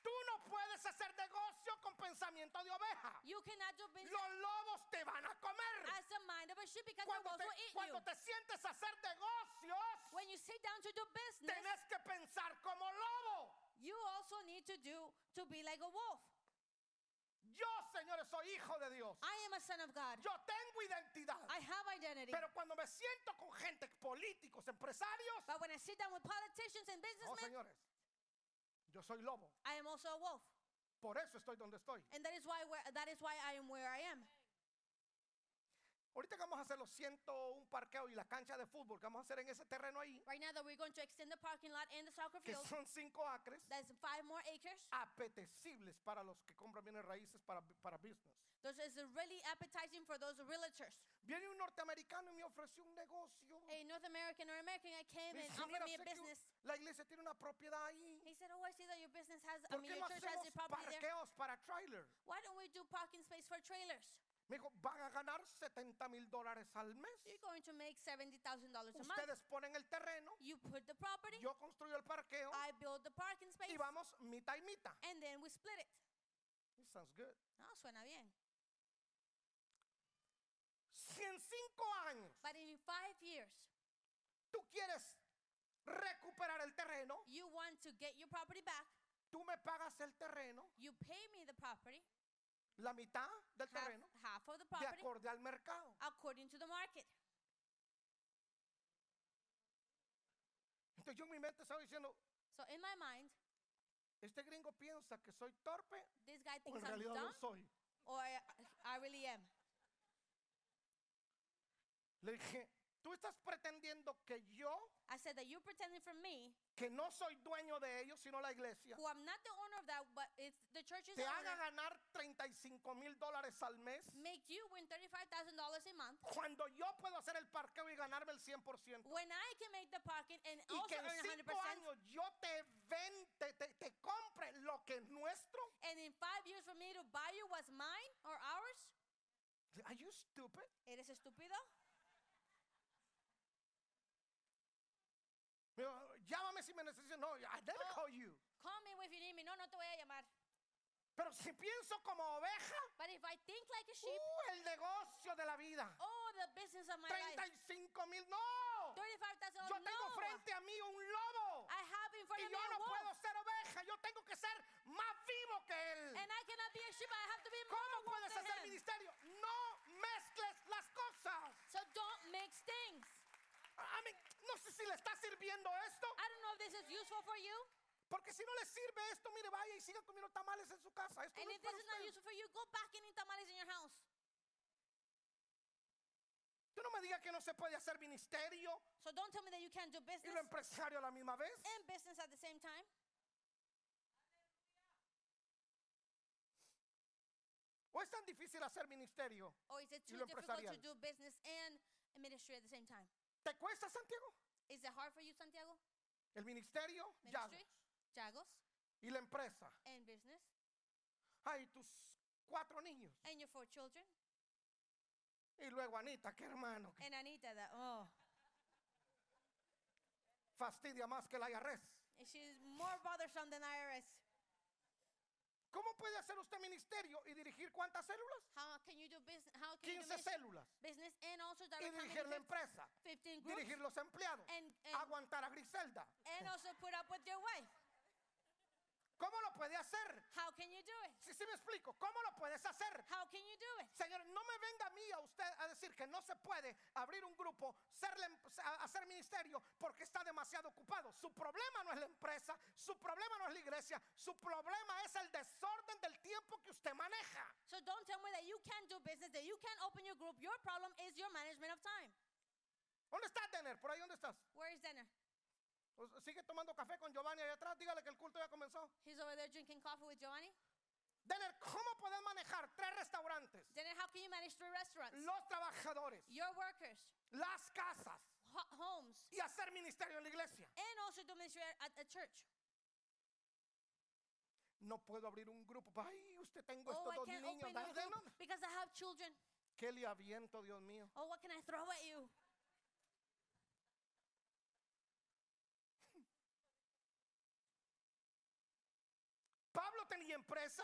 Speaker 1: Tú no puedes hacer negocio con pensamiento de oveja.
Speaker 2: You cannot do business
Speaker 1: Los lobos te van a comer.
Speaker 2: as the mind of a sheep because the
Speaker 1: Cuando
Speaker 2: wolves
Speaker 1: te,
Speaker 2: will eat you.
Speaker 1: cuando te sientes a hacer negocios,
Speaker 2: When you sit down to do business,
Speaker 1: tenés que pensar como lobo.
Speaker 2: you also need to do to be like a wolf.
Speaker 1: Yo, señores, soy hijo de Dios.
Speaker 2: I am a son of God.
Speaker 1: Yo tengo identidad.
Speaker 2: I have identity.
Speaker 1: Pero cuando me siento con gente, políticos, empresarios,
Speaker 2: But when I sit down with politicians and
Speaker 1: no,
Speaker 2: businessmen,
Speaker 1: señores. Yo soy lobo.
Speaker 2: I am also a wolf.
Speaker 1: Por eso estoy donde estoy.
Speaker 2: And that is why where, that is why I am where I am.
Speaker 1: Ahorita que vamos a hacer los 101 parqueos y la cancha de fútbol que vamos a hacer en ese terreno ahí,
Speaker 2: Right now that we're going to extend the parking lot and the soccer
Speaker 1: que
Speaker 2: field,
Speaker 1: son 5 acres,
Speaker 2: that's five more acres.
Speaker 1: apetecibles para los que compran bienes raíces para, bu- para business.
Speaker 2: Those is really appetizing for those realtors.
Speaker 1: Viene un norteamericano y me ofreció un negocio.
Speaker 2: A North American or American guy came
Speaker 1: Me
Speaker 2: and
Speaker 1: dice,
Speaker 2: offered
Speaker 1: "Mira,
Speaker 2: me a
Speaker 1: sé que u-
Speaker 2: business.
Speaker 1: La iglesia tiene una propiedad ahí.
Speaker 2: He said, "Oh, I see that your business has, I
Speaker 1: ¿Por
Speaker 2: mean,
Speaker 1: qué
Speaker 2: your
Speaker 1: no
Speaker 2: church has
Speaker 1: hacemos
Speaker 2: your property there.
Speaker 1: parqueos para trailer?
Speaker 2: Why don't we do parking space for trailers?
Speaker 1: Me dijo, van a ganar 70 mil dólares al mes.
Speaker 2: You're going to make seventy thousand dollars a month.
Speaker 1: Ustedes ponen el terreno,
Speaker 2: You put the property.
Speaker 1: yo construyo el parqueo
Speaker 2: I build the parking space,
Speaker 1: y vamos mitad y mitad.
Speaker 2: and then we split it.
Speaker 1: It sounds good.
Speaker 2: No, suena bien.
Speaker 1: Si en cinco años
Speaker 2: But in five years,
Speaker 1: tú quieres recuperar el terreno,
Speaker 2: you want to get your property back.
Speaker 1: tú me pagas el terreno,
Speaker 2: You pay me the property,
Speaker 1: la mitad del
Speaker 2: half,
Speaker 1: terreno,
Speaker 2: half of the
Speaker 1: de
Speaker 2: property,
Speaker 1: acorde al mercado.
Speaker 2: according to the market.
Speaker 1: Entonces yo en mi mente estaba diciendo,
Speaker 2: So in my mind,
Speaker 1: este gringo piensa que soy torpe
Speaker 2: this guy
Speaker 1: o
Speaker 2: thinks
Speaker 1: en
Speaker 2: I'm
Speaker 1: realidad no
Speaker 2: dumb,
Speaker 1: soy.
Speaker 2: or I, I really am.
Speaker 1: Le dije, tú estás pretendiendo que yo,
Speaker 2: I said that you're pretending from me,
Speaker 1: que no soy dueño de ellos, sino la iglesia,
Speaker 2: who I'm not the owner of that, but it's the church's
Speaker 1: te haga
Speaker 2: owner,
Speaker 1: ganar 35 mil dólares al mes
Speaker 2: make you win thirty-five thousand dollars a month.
Speaker 1: cuando yo puedo hacer el parqueo y ganarme el 100%.
Speaker 2: When I can make the parking and
Speaker 1: Y que
Speaker 2: also
Speaker 1: en
Speaker 2: earn hundred
Speaker 1: cinco
Speaker 2: percent,
Speaker 1: años yo te ven, te, te, te compre lo que es nuestro.
Speaker 2: and in five years for me to buy you what's mine or ours,
Speaker 1: Are you stupid?
Speaker 2: eres estúpido.
Speaker 1: Me dijo, Llámame si me necesitas. No, I never
Speaker 2: Oh.
Speaker 1: call you.
Speaker 2: Call me if you need me. No, no te voy a llamar.
Speaker 1: Pero si pienso como oveja,
Speaker 2: But if I think like a sheep,
Speaker 1: uh, el negocio de la vida.
Speaker 2: oh, the business of my life.
Speaker 1: 35 mil, no.
Speaker 2: Thirty-five thousand.
Speaker 1: Yo
Speaker 2: No, Ah,
Speaker 1: tengo frente a mí un lobo.
Speaker 2: I have in front
Speaker 1: Y
Speaker 2: of me
Speaker 1: yo
Speaker 2: a
Speaker 1: no
Speaker 2: wolf,
Speaker 1: puedo ser oveja, yo tengo que ser más vivo que él.
Speaker 2: and I cannot be a sheep. I have to be more
Speaker 1: ¿Cómo puedes
Speaker 2: than
Speaker 1: hacer
Speaker 2: him.
Speaker 1: ministerio? No mezcles las cosas.
Speaker 2: So don't mix things.
Speaker 1: A mí, no sé si le está sirviendo esto,
Speaker 2: I don't know if this is useful for you,
Speaker 1: porque si no le sirve esto, mire, vaya y siga comiendo tamales en su casa. Esto
Speaker 2: and
Speaker 1: no
Speaker 2: if
Speaker 1: es
Speaker 2: this
Speaker 1: para
Speaker 2: is not
Speaker 1: usted.
Speaker 2: useful for you, go back and eat tamales in your house.
Speaker 1: Tú no me digas que no se puede hacer ministerio
Speaker 2: So don't tell me that you can't do
Speaker 1: y
Speaker 2: business
Speaker 1: lo empresario a la misma vez.
Speaker 2: and business at the same time.
Speaker 1: ¿O es tan difícil hacer ministerio?
Speaker 2: Or is it
Speaker 1: Y
Speaker 2: too
Speaker 1: lo
Speaker 2: difficult to
Speaker 1: empresarial.
Speaker 2: do business and ministry at the same time?
Speaker 1: ¿Te cuesta, Santiago?
Speaker 2: Is it hard for you, Santiago?
Speaker 1: El ministerio, ya.
Speaker 2: Ministry, Jagos,
Speaker 1: Y la empresa.
Speaker 2: and business,
Speaker 1: Ay, tus cuatro niños.
Speaker 2: and your four children,
Speaker 1: Y luego Anita, qué hermano, que
Speaker 2: and Anita. That oh,
Speaker 1: fastidia más que la IRS.
Speaker 2: and she's more bothersome than IRS.
Speaker 1: ¿Cómo puede hacer usted ministerio y dirigir cuántas células?
Speaker 2: How can you do business? How can you do
Speaker 1: 15
Speaker 2: ministry,
Speaker 1: células.
Speaker 2: business and also
Speaker 1: Y
Speaker 2: direct
Speaker 1: dirigir la
Speaker 2: company
Speaker 1: empresa,
Speaker 2: fif- 15 groups,
Speaker 1: dirigir los empleados,
Speaker 2: and, and,
Speaker 1: aguantar a Griselda.
Speaker 2: and also put up with your wife?
Speaker 1: ¿Cómo lo puede hacer?
Speaker 2: How can you do it?
Speaker 1: Si sí me explico, ¿cómo lo puedes hacer?
Speaker 2: How can you do it?
Speaker 1: Señor, no me venga a mí a usted a decir que no se puede abrir un grupo, ser la em- a- hacer ministerio porque está demasiado ocupado. Su problema no es la empresa, su problema no es la iglesia, su problema es el desorden del tiempo que usted maneja.
Speaker 2: So don't tell me that you can't do business, that you can't open your group. Your problem is your management of time.
Speaker 1: ¿Dónde está Denner? ¿Por ahí dónde estás?
Speaker 2: Where is Denner?
Speaker 1: Pues, Sigue tomando café con Giovanni allá atrás, dígale que el culto ya comenzó.
Speaker 2: He's over there drinking coffee with Giovanni.
Speaker 1: Denner, ¿cómo podés manejar tres restaurantes,
Speaker 2: Denner, how can you manage three restaurants?
Speaker 1: los trabajadores,
Speaker 2: Your workers,
Speaker 1: las casas
Speaker 2: ho- homes,
Speaker 1: y hacer ministerio en la iglesia?
Speaker 2: and also do ministry at, at a church.
Speaker 1: No puedo abrir un grupo. Ay, usted tengo
Speaker 2: Oh,
Speaker 1: estos
Speaker 2: I
Speaker 1: dos
Speaker 2: can't
Speaker 1: niños.
Speaker 2: open a
Speaker 1: Ay,
Speaker 2: group
Speaker 1: no.
Speaker 2: because I have children.
Speaker 1: ¿Qué le aviento, Dios mío?
Speaker 2: Oh, what can I throw at you?
Speaker 1: Pablo tenía empresa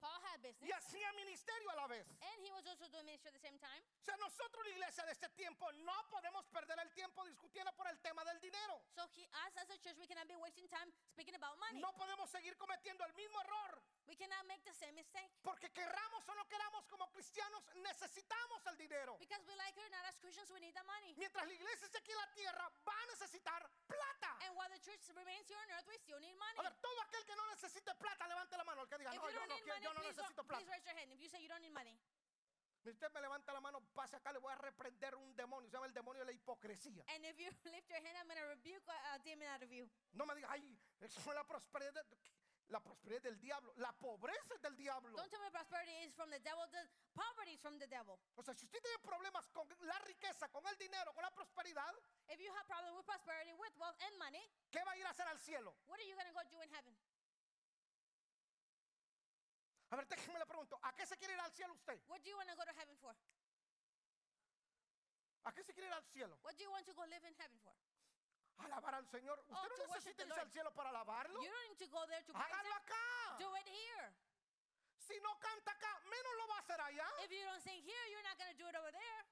Speaker 2: Paul had business,
Speaker 1: y hacía ministerio a la vez.
Speaker 2: and he was also doing ministry at the same time.
Speaker 1: O sea, nosotros, la iglesia de este tiempo, no podemos perder el tiempo discutiendo por el tema del dinero.
Speaker 2: So he, us as a church, we cannot be wasting time speaking about money.
Speaker 1: No podemos seguir cometiendo el mismo error.
Speaker 2: We cannot make the same mistake
Speaker 1: Porque querramos o no queramos como cristianos, necesitamos el dinero.
Speaker 2: because we like it or not, as Christians, we need the money.
Speaker 1: Mientras la iglesia esté aquí en la tierra, va a necesitar plata.
Speaker 2: And while the church remains here on earth, we still need
Speaker 1: A
Speaker 2: money.
Speaker 1: ver, todo aquel que no necesite plata, levante la mano. El que diga,
Speaker 2: If
Speaker 1: no,
Speaker 2: you
Speaker 1: yo
Speaker 2: don't
Speaker 1: no,
Speaker 2: need
Speaker 1: quiero,
Speaker 2: money,
Speaker 1: yo no
Speaker 2: please, don't-
Speaker 1: necesito
Speaker 2: please
Speaker 1: plata.
Speaker 2: raise your hand. If you say you don't need money,
Speaker 1: Si usted me levanta la mano, pase acá, le voy a reprender un demonio. Se llama el demonio de la hipocresía.
Speaker 2: And if you (laughs) lift your hand, I'm going to rebuke a a demon out of you.
Speaker 1: No me digas, ay, eso fue la prosperidad. de- La prosperidad del diablo. La pobreza es del diablo.
Speaker 2: Don't tell me prosperity is from the devil. The poverty is from the devil.
Speaker 1: O sea, si usted tiene problemas con la riqueza, con el dinero, con la prosperidad,
Speaker 2: If you have problem with prosperity, with wealth and money,
Speaker 1: ¿qué va a ir a hacer al cielo?
Speaker 2: what are you going to go do in heaven?
Speaker 1: A ver, déjeme le pregunto, ¿a qué se quiere ir al cielo usted?
Speaker 2: What do you want to go to heaven for?
Speaker 1: ¿A qué se quiere ir al cielo?
Speaker 2: What do you want to go live in heaven for?
Speaker 1: ¿A Alabar al Señor. ¿Usted
Speaker 2: Oh, to
Speaker 1: no
Speaker 2: worship
Speaker 1: necesita
Speaker 2: the
Speaker 1: irse al
Speaker 2: Lord.
Speaker 1: cielo para alabarlo?
Speaker 2: You don't need to go there to praise
Speaker 1: Hágalo
Speaker 2: him. Do
Speaker 1: acá.
Speaker 2: it here.
Speaker 1: Si no canta acá, menos lo va a hacer allá.
Speaker 2: If you don't sing here, you're not going to do it over there.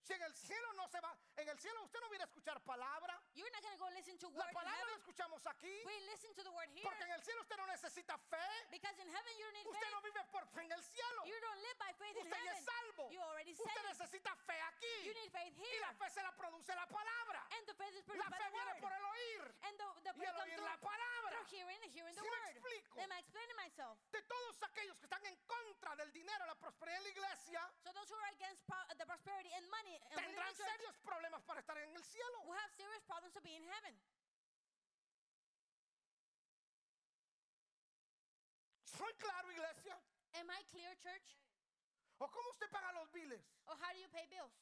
Speaker 1: Si en el cielo no se va, en el cielo usted no viene a escuchar palabra.
Speaker 2: You're not going to go listen to
Speaker 1: La
Speaker 2: word in
Speaker 1: palabra
Speaker 2: heaven.
Speaker 1: la escuchamos aquí.
Speaker 2: We listen to the word here
Speaker 1: Porque en el cielo usted no necesita fe.
Speaker 2: because in heaven you don't need
Speaker 1: Usted
Speaker 2: faith.
Speaker 1: no vive por fe en el cielo.
Speaker 2: You don't live by faith in
Speaker 1: Usted ya
Speaker 2: heaven.
Speaker 1: es salvo.
Speaker 2: You already
Speaker 1: Usted
Speaker 2: saved.
Speaker 1: necesita fe
Speaker 2: You
Speaker 1: aquí.
Speaker 2: need faith
Speaker 1: Y
Speaker 2: here.
Speaker 1: la fe se la produce la palabra.
Speaker 2: And the faith
Speaker 1: La
Speaker 2: is produced by
Speaker 1: fe
Speaker 2: the
Speaker 1: viene por
Speaker 2: word.
Speaker 1: el oír.
Speaker 2: And the, the
Speaker 1: Y
Speaker 2: faith
Speaker 1: el
Speaker 2: comes
Speaker 1: oír
Speaker 2: through,
Speaker 1: la palabra.
Speaker 2: through hearing and hearing the
Speaker 1: ¿Sí me
Speaker 2: word.
Speaker 1: explico?
Speaker 2: Am I explaining myself?
Speaker 1: De todos aquellos que están en contra del dinero, la prosperidad de la iglesia,
Speaker 2: So those who are against pro- the prosperity and money and within the
Speaker 1: tendrán
Speaker 2: church
Speaker 1: serios problemas para estar en el cielo.
Speaker 2: will have serious problems to be in heaven.
Speaker 1: ¿Soy claro, iglesia?
Speaker 2: Am I clear, church?
Speaker 1: ¿O cómo usted paga los biles?
Speaker 2: Or Oh, how do you pay bills?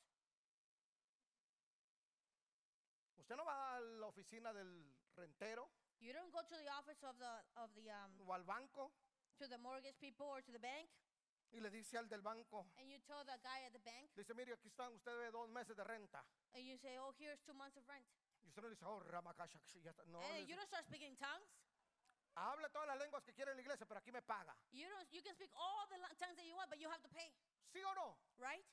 Speaker 1: Usted no va a la oficina del rentero
Speaker 2: You don't go to the office of the of the um
Speaker 1: o al banco
Speaker 2: to the mortgage people or to the bank
Speaker 1: y le dice al del banco,
Speaker 2: and you tell the guy at the bank
Speaker 1: le dice, mire, aquí están, usted debe dos meses de renta.
Speaker 2: and you say, Oh, here's two months of rent.
Speaker 1: Y usted no le dice, oh, Ramakasha, ya está. No, le
Speaker 2: and
Speaker 1: dice,
Speaker 2: you don't start speaking tongues.
Speaker 1: habla todas las lenguas que quiere la iglesia, pero aquí me paga.
Speaker 2: You don't you can speak all the lo- tongues that you want, but you have to pay,
Speaker 1: ¿Sí o no?
Speaker 2: right?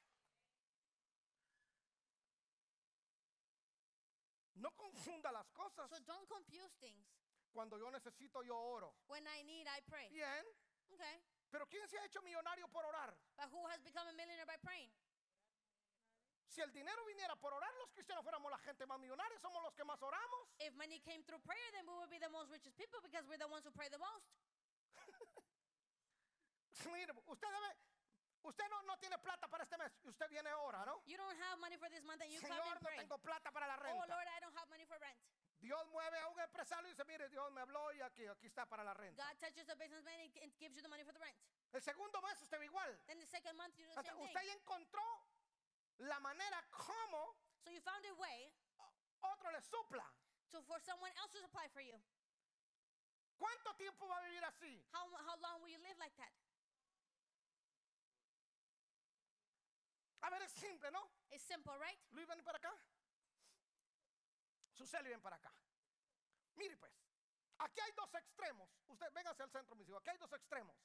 Speaker 1: No confunda las cosas.
Speaker 2: So don't confuse things.
Speaker 1: Cuando yo necesito, yo oro.
Speaker 2: When I need, I pray.
Speaker 1: Bien,
Speaker 2: Okay.
Speaker 1: pero ¿quién se ha hecho millonario por orar?
Speaker 2: But who has become a millionaire by praying?
Speaker 1: Si el dinero viniera por orar, los cristianos fuéramos la gente más millonaria, somos los que más oramos. (laughs)
Speaker 2: If money came through prayer, then we would be the most richest people because we're the ones who pray the most.
Speaker 1: Mire, usted debe, usted no, no tiene plata para este mes y usted viene ahora, ¿no?
Speaker 2: You don't have money for this month and you come and
Speaker 1: Señor, no
Speaker 2: pray.
Speaker 1: tengo plata para la
Speaker 2: oh
Speaker 1: renta.
Speaker 2: Lord, I don't have money for rent.
Speaker 1: Dios mueve a un empresario y dice, mire, Dios me habló y aquí, aquí está para la renta.
Speaker 2: God touches a businessman and and gives you the money for the rent.
Speaker 1: El segundo mes usted va igual.
Speaker 2: Then the second month you do the
Speaker 1: Entonces,
Speaker 2: same
Speaker 1: usted
Speaker 2: thing.
Speaker 1: ya encontró la manera como
Speaker 2: So you found a way
Speaker 1: otro le supla.
Speaker 2: to for someone else to supply for you.
Speaker 1: ¿Cuánto tiempo va a vivir así?
Speaker 2: How mo- how long will you live like that?
Speaker 1: A ver, es simple, ¿no?
Speaker 2: It's simple, right?
Speaker 1: Luis, ven para acá. Suseli, ven para acá. Mire, pues, aquí hay dos extremos. Usted, véngase al centro, mis hijos. Aquí hay dos extremos.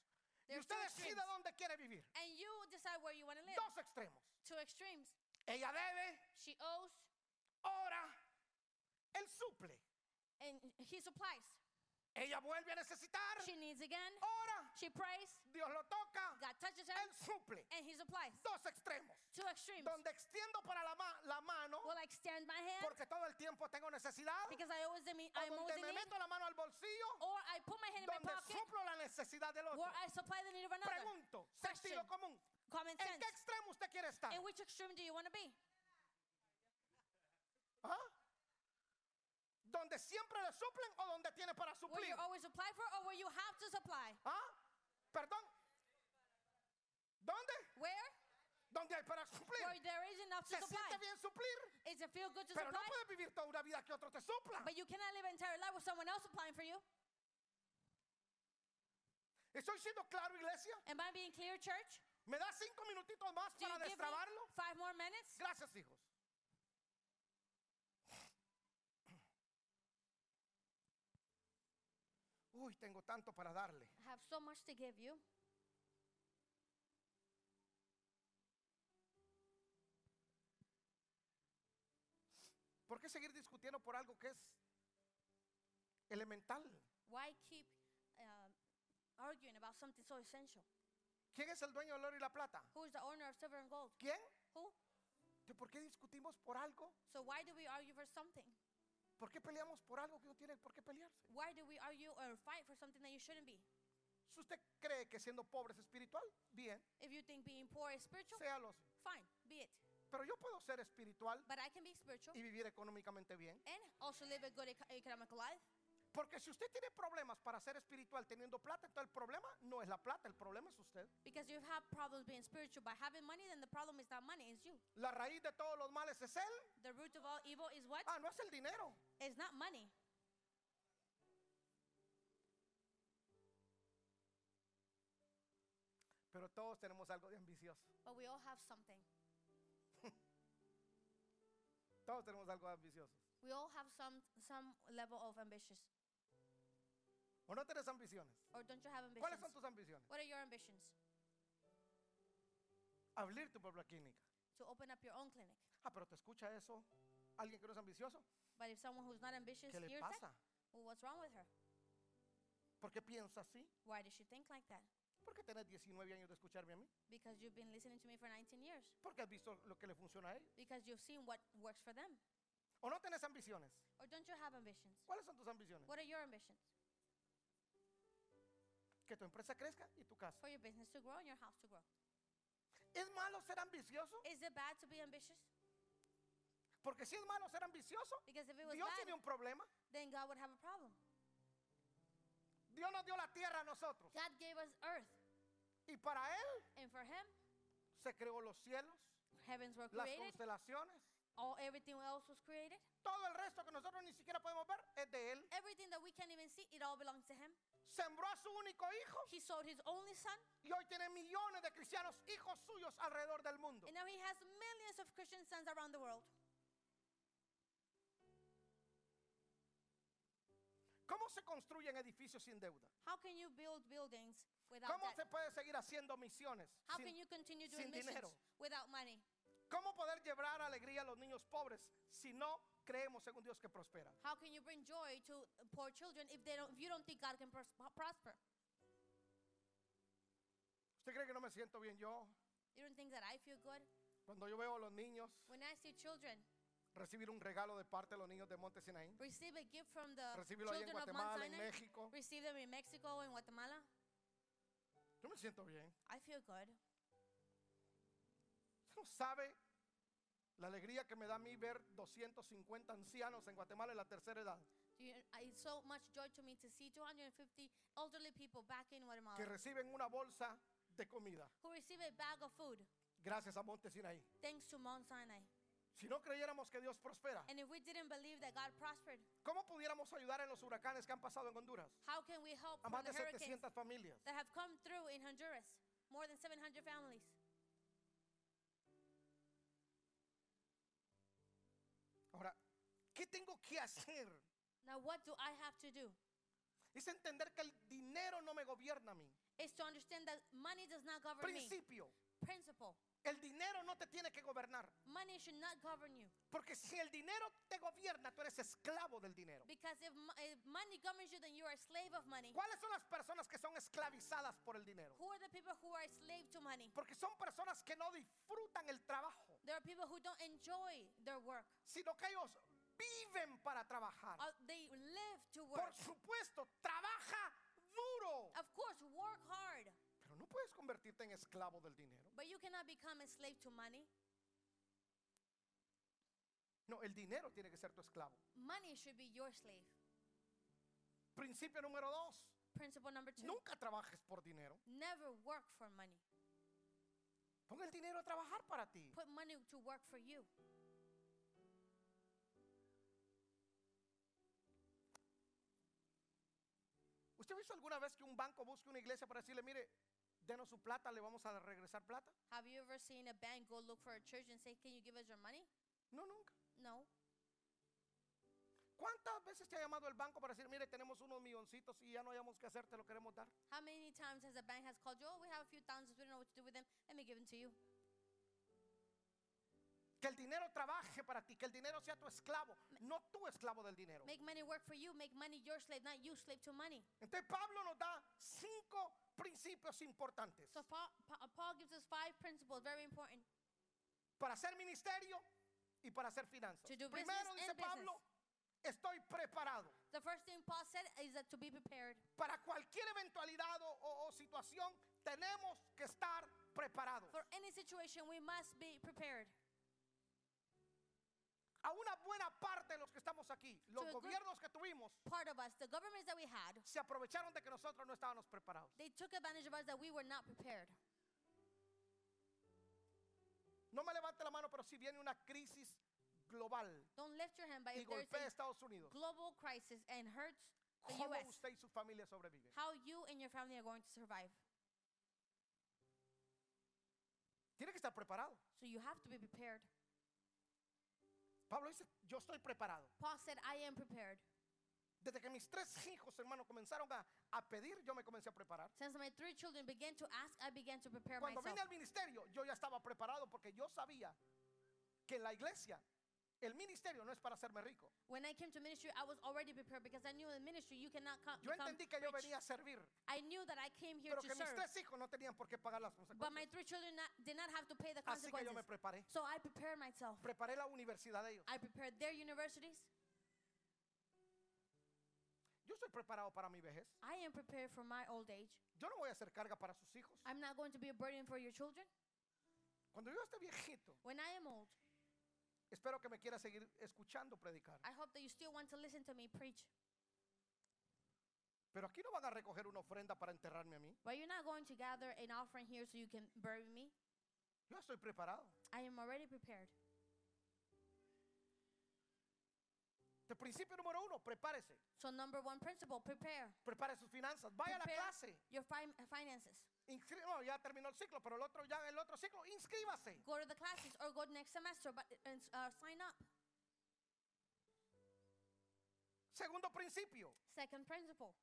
Speaker 1: Y
Speaker 2: There's
Speaker 1: usted
Speaker 2: two
Speaker 1: decida
Speaker 2: extremes.
Speaker 1: dónde quiere vivir.
Speaker 2: And you decide where you want to live.
Speaker 1: Dos extremos.
Speaker 2: Two extremes.
Speaker 1: Ella debe,
Speaker 2: She owes
Speaker 1: ora, él suple.
Speaker 2: and he supplies.
Speaker 1: Ella vuelve a necesitar,
Speaker 2: She needs again.
Speaker 1: ora,
Speaker 2: She prays.
Speaker 1: Dios lo toca,
Speaker 2: God touches her
Speaker 1: él suple.
Speaker 2: and he supplies.
Speaker 1: Dos extremos.
Speaker 2: Two extremes.
Speaker 1: Donde extiendo para la, ma- la mano
Speaker 2: Will I extend my hand
Speaker 1: porque todo el tiempo tengo necesidad.
Speaker 2: because I always need,
Speaker 1: O
Speaker 2: I'm always
Speaker 1: donde
Speaker 2: in
Speaker 1: me
Speaker 2: need,
Speaker 1: meto la mano al bolsillo
Speaker 2: or I put my hand in my
Speaker 1: donde
Speaker 2: pocket,
Speaker 1: suplo la necesidad del otro.
Speaker 2: or I supply the need of another.
Speaker 1: Pregunto,
Speaker 2: Question.
Speaker 1: sentido común.
Speaker 2: Common
Speaker 1: ¿En qué
Speaker 2: sense.
Speaker 1: extremo usted quiere estar?
Speaker 2: In which extreme do you want to be?
Speaker 1: ¿Ah? ¿Donde siempre le suplen o donde tiene para
Speaker 2: Where
Speaker 1: suplir?
Speaker 2: you're always supplied for, or where you have to supply?
Speaker 1: ¿Ah? ¿Perdón? ¿Dónde?
Speaker 2: Where?
Speaker 1: ¿Dónde hay para
Speaker 2: Where
Speaker 1: suplir?
Speaker 2: there is enough to
Speaker 1: Se
Speaker 2: supply.
Speaker 1: siente bien suplir,
Speaker 2: Is it feel good to
Speaker 1: pero no
Speaker 2: supply?
Speaker 1: puede vivir toda una vida que otro te supla.
Speaker 2: But you cannot live an entire life with someone else supplying for you.
Speaker 1: ¿Estoy siendo claro, iglesia?
Speaker 2: Am I being clear, church?
Speaker 1: ¿Me da cinco minutitos más
Speaker 2: Do you
Speaker 1: para
Speaker 2: give me
Speaker 1: destrabarlo?
Speaker 2: five more minutes?
Speaker 1: Gracias, hijos. Uy, tengo tanto para darle.
Speaker 2: I have so much to give you.
Speaker 1: ¿Por qué seguir discutiendo por algo que es elemental?
Speaker 2: Why keep um, arguing about something so essential?
Speaker 1: ¿Quién es el dueño del oro y la plata?
Speaker 2: Who is the owner of silver and gold?
Speaker 1: ¿Quién?
Speaker 2: Who?
Speaker 1: ¿De ¿Por qué discutimos por algo?
Speaker 2: So why do we argue for something?
Speaker 1: ¿Por qué peleamos por algo que no tiene por qué pelearse?
Speaker 2: Why do we argue or fight for something that you shouldn't be?
Speaker 1: Si usted cree que siendo pobre es espiritual, bien,
Speaker 2: If you think being poor is spiritual,
Speaker 1: séalo. así.
Speaker 2: fine, be it.
Speaker 1: Pero yo puedo ser espiritual
Speaker 2: But I can be spiritual
Speaker 1: y vivir económicamente bien.
Speaker 2: and also live a good eco- economic life.
Speaker 1: Porque si usted tiene problemas para ser espiritual teniendo plata, entonces el problema no es la plata, el problema es usted.
Speaker 2: Because you have problems being spiritual by having money, then the problem is not money, it's you.
Speaker 1: La raíz de todos los males es él.
Speaker 2: The root of all evil is what?
Speaker 1: Ah, no es el dinero.
Speaker 2: It's not money.
Speaker 1: Pero todos tenemos algo de ambicioso.
Speaker 2: But we all have something.
Speaker 1: Todos tenemos algo de ambicioso.
Speaker 2: We all have some some level of ambitious.
Speaker 1: ¿O no tenés ambiciones?
Speaker 2: Or don't you have
Speaker 1: ¿Cuáles son
Speaker 2: ambitions?
Speaker 1: tus ambiciones?
Speaker 2: What are your ambitions?
Speaker 1: Abrir tu propia clínica.
Speaker 2: To open up your own clinic.
Speaker 1: Ah, pero te escucha eso. ¿Alguien que no es ambicioso?
Speaker 2: But if someone who's not ambitious
Speaker 1: ¿Qué le
Speaker 2: hears that,
Speaker 1: pasa?
Speaker 2: well, what's wrong with her?
Speaker 1: ¿Por qué piensa así?
Speaker 2: Why does she think like that?
Speaker 1: ¿Por qué tenés 19 años de escucharme a mí?
Speaker 2: Because you've been listening to me for 19 years.
Speaker 1: ¿Por qué has visto lo que le funciona a él?
Speaker 2: Because you've seen what works for them.
Speaker 1: ¿O no tenés ambiciones?
Speaker 2: Or don't you have ambitions?
Speaker 1: ¿Cuáles son tus ambiciones?
Speaker 2: What are your ambitions?
Speaker 1: Que tu empresa crezca y tu casa.
Speaker 2: For your business to grow and your house to grow.
Speaker 1: ¿Es malo ser ambicioso?
Speaker 2: Is it bad to be ambitious?
Speaker 1: Porque si es malo ser ambicioso,
Speaker 2: Because if it was
Speaker 1: Dios tiene
Speaker 2: bad,
Speaker 1: un problema.
Speaker 2: then God would have a problem.
Speaker 1: Dios nos dio la tierra a nosotros.
Speaker 2: God gave us earth,
Speaker 1: Y para Él
Speaker 2: and for Him,
Speaker 1: se creó los cielos,
Speaker 2: heavens were
Speaker 1: las
Speaker 2: created.
Speaker 1: constelaciones.
Speaker 2: All everything else was created.
Speaker 1: Todo el resto que nosotros ni siquiera podemos ver es de Él.
Speaker 2: Everything that we can't even see, it all belongs to Him.
Speaker 1: Sembró a su único hijo
Speaker 2: He sold His only Son,
Speaker 1: y hoy tiene millones de cristianos, hijos suyos alrededor del mundo.
Speaker 2: and now He has millions of Christian sons around the world.
Speaker 1: ¿Cómo se construyen edificios sin deuda?
Speaker 2: How can you build buildings without
Speaker 1: ¿Cómo se
Speaker 2: that?
Speaker 1: puede seguir haciendo misiones?
Speaker 2: How
Speaker 1: sin-
Speaker 2: can you continue
Speaker 1: sin
Speaker 2: doing missions
Speaker 1: dinero?
Speaker 2: without money?
Speaker 1: ¿Cómo poder llevar alegría a los niños pobres si no creemos en un Dios que prospera?
Speaker 2: How can you bring joy to poor children if they don't, if you don't think God can pros- prosper?
Speaker 1: ¿Usted cree que no me siento bien yo?
Speaker 2: You don't think that I feel good
Speaker 1: Cuando yo veo a los niños
Speaker 2: when I see children
Speaker 1: recibir un regalo de parte de los niños de Monte Sinaí,
Speaker 2: receive a gift from the
Speaker 1: recibirlo ahí en
Speaker 2: Uh, children of Mount
Speaker 1: Guatemala, en
Speaker 2: Sinai,
Speaker 1: México,
Speaker 2: receive them in Mexico and Guatemala.
Speaker 1: yo me siento bien.
Speaker 2: I feel good.
Speaker 1: Usted no sabe la alegría que me da a mí ver 250 ancianos en Guatemala en la tercera edad
Speaker 2: You, I- it's so much joy to me to see 250 elderly people back in
Speaker 1: que
Speaker 2: Guatemala
Speaker 1: reciben una bolsa de comida
Speaker 2: who receive a bag of food
Speaker 1: gracias a Monte Sinaí.
Speaker 2: thanks to Mount Sinai.
Speaker 1: Si no creyéramos que Dios prospera,
Speaker 2: And if we didn't believe that God prospered,
Speaker 1: ¿cómo pudiéramos ayudar en los huracanes que han pasado en Honduras?
Speaker 2: how can we
Speaker 1: A
Speaker 2: help from
Speaker 1: más de
Speaker 2: the hurricanes
Speaker 1: 700 familias.
Speaker 2: that have come through in Honduras? More than 700 families.
Speaker 1: Ahora, ¿qué tengo que hacer?
Speaker 2: Now, what do I have to do?
Speaker 1: Es entender que el dinero no me gobierna a mí.
Speaker 2: Is to understand that money does not govern me.
Speaker 1: Principio,
Speaker 2: Principle.
Speaker 1: el dinero no te tiene que gobernar.
Speaker 2: Money should not govern you.
Speaker 1: Porque si el dinero te gobierna, tú eres esclavo del dinero.
Speaker 2: Because if, mo- if money governs you, then you are a slave of money.
Speaker 1: ¿Cuáles son las personas que son esclavizadas por el dinero?
Speaker 2: Who are the people who are a slave to money?
Speaker 1: Porque son personas que no disfrutan el trabajo,
Speaker 2: There are people who don't enjoy their work.
Speaker 1: sino que ellos viven para trabajar.
Speaker 2: Uh, they live to
Speaker 1: Por
Speaker 2: work.
Speaker 1: supuesto, trabaja duro.
Speaker 2: Of course, work hard,
Speaker 1: Pero no puedes convertirte en esclavo del dinero.
Speaker 2: but you cannot become a slave to money.
Speaker 1: No, el dinero tiene que ser tu esclavo.
Speaker 2: Money should be your slave.
Speaker 1: Principio número dos,
Speaker 2: Principle number two
Speaker 1: nunca trabajes por dinero.
Speaker 2: never work for money.
Speaker 1: Pon el dinero a trabajar para ti.
Speaker 2: Put money to work for you.
Speaker 1: ¿Usted ha visto alguna vez que un banco busque una iglesia para decirle, mire, denos su plata, le vamos a regresar plata?
Speaker 2: Have you ever seen a bank go look for a church and say, Can you give us your money?
Speaker 1: No, nunca.
Speaker 2: No.
Speaker 1: ¿Cuántas veces te ha llamado el banco para decir, mire, tenemos unos milloncitos y ya no hayamos que hacer, te lo queremos dar?
Speaker 2: How many times has a bank has called you? Oh, we have a few thousands. We don't know what to do with them. Let me give them to you.
Speaker 1: Que el dinero trabaje para ti, que el dinero sea tu esclavo, no tú esclavo del dinero.
Speaker 2: Make money work for you. Make money your slave, not you slave to money.
Speaker 1: Entonces Pablo nos da cinco principios importantes.
Speaker 2: So Paul, Pa- Paul gives us five principles, very important.
Speaker 1: Para hacer ministerio y para hacer finanzas.
Speaker 2: To do business
Speaker 1: Primero
Speaker 2: and
Speaker 1: dice Pablo, estoy preparado
Speaker 2: The first thing Paul said is that to be prepared
Speaker 1: para cualquier eventualidad o, o- tenemos que estar preparados.
Speaker 2: For any situation, we must be prepared.
Speaker 1: A una buena parte de los que estamos aquí, los
Speaker 2: To a good-
Speaker 1: gobiernos que tuvimos,
Speaker 2: Part of us, the governments that we had,
Speaker 1: se aprovecharon de que nosotros no estábamos preparados.
Speaker 2: they took advantage of us that we were not prepared.
Speaker 1: No me levante la mano, pero si viene una crisis global
Speaker 2: Don't lift your hand, but
Speaker 1: y
Speaker 2: if there's
Speaker 1: golpea a
Speaker 2: a
Speaker 1: Estados Unidos,
Speaker 2: global crisis and hurts the
Speaker 1: ¿cómo
Speaker 2: U.S.,
Speaker 1: usted y su familia sobreviven?
Speaker 2: how you and your family are going to survive.
Speaker 1: Tiene que estar preparado.
Speaker 2: So you have to be prepared.
Speaker 1: Pablo dice, yo estoy preparado.
Speaker 2: Paul said, I am prepared.
Speaker 1: Desde que mis tres hijos, hermano, comenzaron a, a pedir, yo me comencé a preparar.
Speaker 2: Since my three children began to ask, I began to prepare
Speaker 1: Cuando vine
Speaker 2: myself.
Speaker 1: al ministerio, yo ya estaba preparado porque yo sabía que en la iglesia, el ministerio no es para hacerme rico.
Speaker 2: When I came to ministry, I was already prepared because I knew in ministry you cannot come.
Speaker 1: Yo entendí que yo venía a servir,
Speaker 2: I knew that I came here
Speaker 1: pero
Speaker 2: to
Speaker 1: que mis
Speaker 2: serve,
Speaker 1: tres hijos no tenían por qué pagar las
Speaker 2: but my
Speaker 1: consecuencias.
Speaker 2: three children not, did not have to pay the
Speaker 1: Así que yo me
Speaker 2: consequences.
Speaker 1: preparé.
Speaker 2: So I prepared myself.
Speaker 1: Preparé la universidad de ellos.
Speaker 2: I prepared their universities.
Speaker 1: Yo estoy preparado para mi vejez.
Speaker 2: I am prepared for my old age.
Speaker 1: Yo no voy a hacer carga para sus hijos.
Speaker 2: I'm not going to be a burden for your children.
Speaker 1: Cuando yo esté viejito,
Speaker 2: When I am old,
Speaker 1: espero que me quiera seguir escuchando predicar.
Speaker 2: I hope that you still want to listen to me preach.
Speaker 1: Pero aquí no van a recoger una ofrenda para enterrarme a mí.
Speaker 2: But you're not going to gather an offering here so you can bury me.
Speaker 1: Yo estoy preparado.
Speaker 2: I am already prepared.
Speaker 1: De principio número uno, prepárese.
Speaker 2: So number one principle, prepare
Speaker 1: Prepare sus finanzas. Vaya a la
Speaker 2: Prepare.
Speaker 1: clase.
Speaker 2: your fin- finances.
Speaker 1: Inscri- no, ya terminó el ciclo, pero el otro ya el otro ciclo, inscríbase.
Speaker 2: Go to the classes or go next semester, but and, uh, sign up.
Speaker 1: Segundo principio.
Speaker 2: Second principle,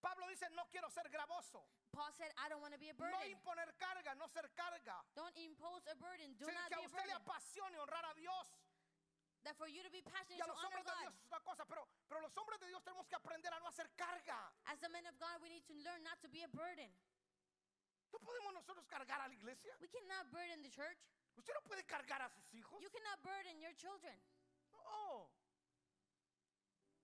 Speaker 1: Pablo dice, "No quiero ser gravoso,
Speaker 2: Paul said, I don't want to be a
Speaker 1: no
Speaker 2: burden.
Speaker 1: imponer carga, no ser carga."
Speaker 2: Don't impose a burden. Do
Speaker 1: Sí,
Speaker 2: not
Speaker 1: que a
Speaker 2: be a
Speaker 1: usted le
Speaker 2: burden.
Speaker 1: apasione honrar a Dios
Speaker 2: That for you to be
Speaker 1: y
Speaker 2: passionate
Speaker 1: a
Speaker 2: to
Speaker 1: los
Speaker 2: honor
Speaker 1: hombres de
Speaker 2: ah, God.
Speaker 1: Dios es una cosa, pero pero los hombres de Dios tenemos que aprender a no hacer carga.
Speaker 2: As the men of God, we need to learn not to be a burden.
Speaker 1: No podemos nosotros cargar a la iglesia.
Speaker 2: We cannot burden the church.
Speaker 1: Usted no puede cargar a sus hijos.
Speaker 2: You cannot burden your children.
Speaker 1: No.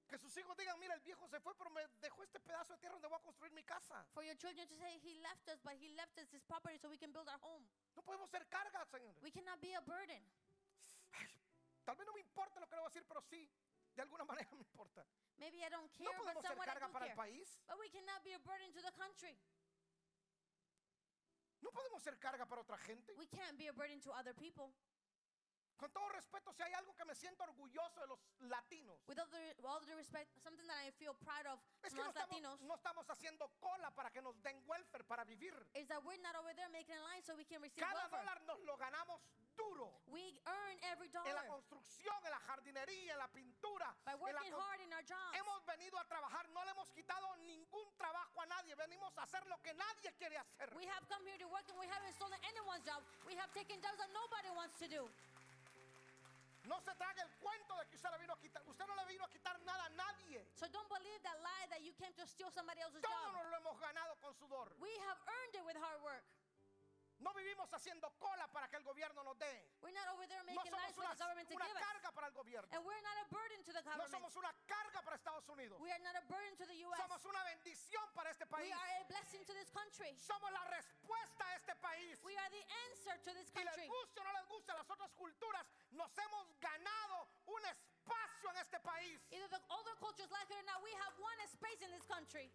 Speaker 1: Que sus hijos digan, mira, el viejo se fue, pero me dejó este pedazo de tierra donde voy a construir mi casa.
Speaker 2: For your children to say, He left us, but He left us His property so we can build our home.
Speaker 1: No podemos ser cargas, señores.
Speaker 2: We cannot be a burden.
Speaker 1: Ay, Tal vez no me importa lo que le voy a decir, pero sí, de alguna (laughs) manera me importa.
Speaker 2: Maybe I don't care,
Speaker 1: No
Speaker 2: but
Speaker 1: podemos ser
Speaker 2: somewhat I
Speaker 1: carga
Speaker 2: do
Speaker 1: para el
Speaker 2: care.
Speaker 1: país.
Speaker 2: But we cannot be a burden to the country.
Speaker 1: No podemos ser carga para otra gente.
Speaker 2: We can't be a burden to other people.
Speaker 1: Con todo respeto, si hay algo que me siento orgulloso de los latinos,
Speaker 2: With all the, all the respect, something that I feel proud of
Speaker 1: es
Speaker 2: from
Speaker 1: que no
Speaker 2: us
Speaker 1: estamos,
Speaker 2: Latinos
Speaker 1: no estamos haciendo cola para que nos den welfare para vivir.
Speaker 2: is that we're not over there making a line so we can receive
Speaker 1: Cada
Speaker 2: welfare.
Speaker 1: dólar nos lo ganamos duro.
Speaker 2: We earn every
Speaker 1: En la
Speaker 2: dollar
Speaker 1: construcción, en la jardinería, en la pintura,
Speaker 2: eh. by
Speaker 1: en la
Speaker 2: working
Speaker 1: con-
Speaker 2: hard in our jobs.
Speaker 1: Hemos venido a trabajar, no le hemos quitado ningún trabajo a nadie. Venimos a hacer lo que nadie quiere hacer.
Speaker 2: We have come here to work and we haven't stolen anyone's job. We have taken jobs that nobody wants to do.
Speaker 1: No se traga el cuento de que usted le vino a quitar. Usted no le vino a quitar nada a nadie.
Speaker 2: So don't believe that lie that you came to steal somebody else's
Speaker 1: Todos
Speaker 2: job.
Speaker 1: nos lo hemos ganado con sudor.
Speaker 2: We have earned it with hard work.
Speaker 1: No vivimos haciendo cola para que el gobierno nos dé.
Speaker 2: We're not over there
Speaker 1: No
Speaker 2: making lies
Speaker 1: somos
Speaker 2: for
Speaker 1: una,
Speaker 2: the government to
Speaker 1: una
Speaker 2: give us.
Speaker 1: carga para el gobierno.
Speaker 2: And we're not a burden to the
Speaker 1: No
Speaker 2: government.
Speaker 1: somos una carga para Estados Unidos.
Speaker 2: We are not a burden to the U.S.
Speaker 1: Somos una bendición para este
Speaker 2: Pues, We
Speaker 1: país.
Speaker 2: are a blessing to this country.
Speaker 1: Somos la respuesta a este país.
Speaker 2: We are the answer to this
Speaker 1: Si les
Speaker 2: country.
Speaker 1: gusta o no les gusta a las otras culturas, nos hemos ganado un espacio en este país.
Speaker 2: Either the older cultures like it or not, we have won a space in this country.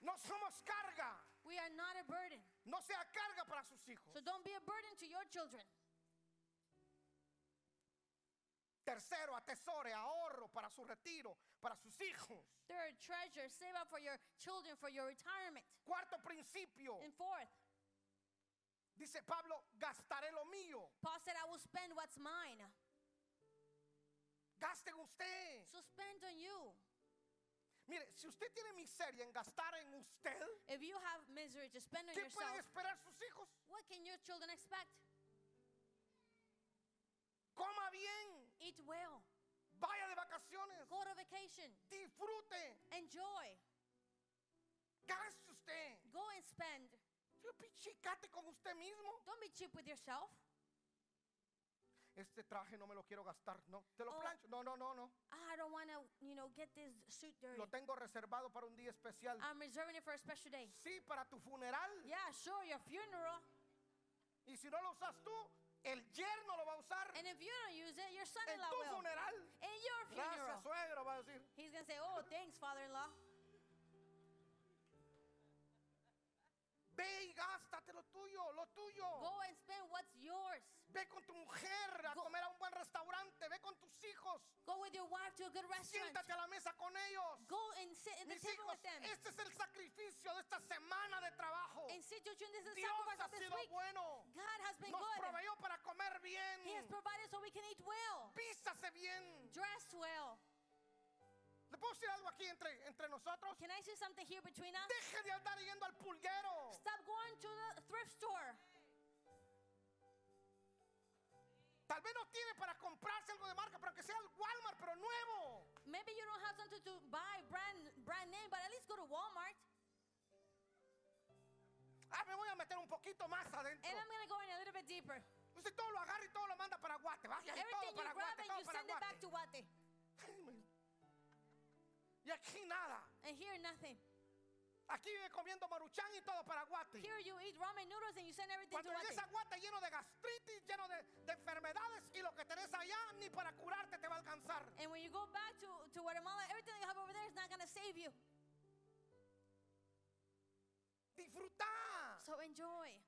Speaker 1: No somos carga.
Speaker 2: We are not a burden.
Speaker 1: No sea carga para sus hijos.
Speaker 2: So don't be a burden to your children.
Speaker 1: Tercero, atesore, ahorro para su retiro, para sus hijos.
Speaker 2: There are treasures. Save up for your children, for your retirement.
Speaker 1: Cuarto principio,
Speaker 2: And fourth,
Speaker 1: dice Pablo, gastaré lo mío.
Speaker 2: Paul said, I will spend what's mine.
Speaker 1: Gasten usted.
Speaker 2: So spend on you.
Speaker 1: Mire, si usted tiene miseria en gastar en usted,
Speaker 2: If you have misery, just spend on
Speaker 1: ¿qué pueden
Speaker 2: yourself.
Speaker 1: esperar sus hijos?
Speaker 2: What can your children expect?
Speaker 1: Coma bien,
Speaker 2: Eat well.
Speaker 1: vaya de vacaciones,
Speaker 2: Go to vacation.
Speaker 1: disfrute,
Speaker 2: Enjoy.
Speaker 1: gaste usted.
Speaker 2: Go and spend.
Speaker 1: Yo pichicate con usted mismo.
Speaker 2: Don't be cheap with yourself.
Speaker 1: este traje no me lo quiero gastar, no, te lo
Speaker 2: Oh.
Speaker 1: plancho, no, no, no, no,
Speaker 2: Ah, I don't want to, you know, get this suit dirty.
Speaker 1: lo tengo reservado para un día especial.
Speaker 2: I'm reserving it for a special day.
Speaker 1: Sí, para tu funeral.
Speaker 2: Yeah, sure, your funeral.
Speaker 1: Y si no lo usas tú, el yerno lo va a usar
Speaker 2: And if you don't use it, your
Speaker 1: en
Speaker 2: son-in-law
Speaker 1: tu
Speaker 2: will.
Speaker 1: funeral.
Speaker 2: In your funeral.
Speaker 1: Gracias, suegro, va a decir.
Speaker 2: He's going to say, oh, thanks, father-in-law.
Speaker 1: Ve y gástate lo tuyo, lo tuyo.
Speaker 2: Go and spend what's yours.
Speaker 1: Ve con tu mujer a
Speaker 2: Go.
Speaker 1: comer a un buen restaurante. Ve con tus hijos.
Speaker 2: Go with your wife to a good restaurant.
Speaker 1: Siéntate a la mesa con ellos.
Speaker 2: Go and sit at the
Speaker 1: Mis
Speaker 2: table
Speaker 1: hijos,
Speaker 2: with them.
Speaker 1: este es el sacrificio de esta semana de trabajo.
Speaker 2: And sit your children. This is the
Speaker 1: Dios
Speaker 2: sacrifice
Speaker 1: ha
Speaker 2: of this
Speaker 1: sido
Speaker 2: week.
Speaker 1: bueno.
Speaker 2: God has been
Speaker 1: Nos
Speaker 2: good.
Speaker 1: proveyó para comer
Speaker 2: He has
Speaker 1: bien.
Speaker 2: provided so we can eat well,
Speaker 1: Písase bien.
Speaker 2: dress well.
Speaker 1: ¿Le puedo decir algo aquí entre, entre nosotros?
Speaker 2: Can I say something here between us?
Speaker 1: Deje de andar yendo al pulguero.
Speaker 2: Stop going to the thrift store.
Speaker 1: Tal vez no tiene para comprarse algo de marca, pero aunque sea el Walmart, pero nuevo.
Speaker 2: Maybe you don't have something to buy brand brand name, but at least go to Walmart.
Speaker 1: Ah, me voy a meter un poquito más adentro.
Speaker 2: And I'm gonna go in a little bit deeper.
Speaker 1: Usted todo lo agarra y todo lo manda para Guate. Vaya, y todo
Speaker 2: Everything you
Speaker 1: para
Speaker 2: grab
Speaker 1: Guate,
Speaker 2: and
Speaker 1: todo
Speaker 2: you
Speaker 1: para
Speaker 2: send it back
Speaker 1: Guate.
Speaker 2: to Wate.
Speaker 1: Y aquí nada.
Speaker 2: And here nothing.
Speaker 1: Aquí vive comiendo maruchán y todo para Guate.
Speaker 2: Here you eat ramen noodles and you send everything
Speaker 1: Cuando
Speaker 2: to Wate.
Speaker 1: llegues a Guate lleno de gastritis, lleno de, de enfermedades y lo que tenés allá ni para curarte te va a alcanzar.
Speaker 2: And when you go back to, to Guatemala, everything you have over there is not gonna save you.
Speaker 1: Disfruta.
Speaker 2: So enjoy.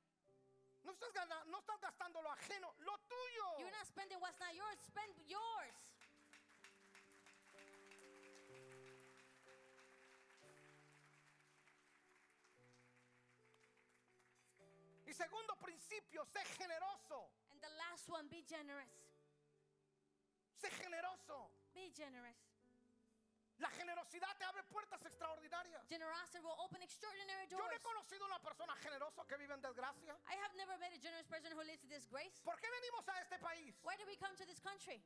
Speaker 1: No estás, gana- no estás gastando lo ajeno, lo tuyo.
Speaker 2: You're not spending what's not yours, spend yours.
Speaker 1: Y segundo principio, sé generoso.
Speaker 2: And the last one, be generous.
Speaker 1: Sé generoso.
Speaker 2: Be generous.
Speaker 1: La generosidad te abre puertas extraordinarias.
Speaker 2: Generosity will open extraordinary
Speaker 1: Yo no he
Speaker 2: doors.
Speaker 1: conocido una persona generosa que vive en desgracia.
Speaker 2: I have never met a generous person who lives in this grace.
Speaker 1: ¿Por qué venimos a este país?
Speaker 2: Why did we come to this country?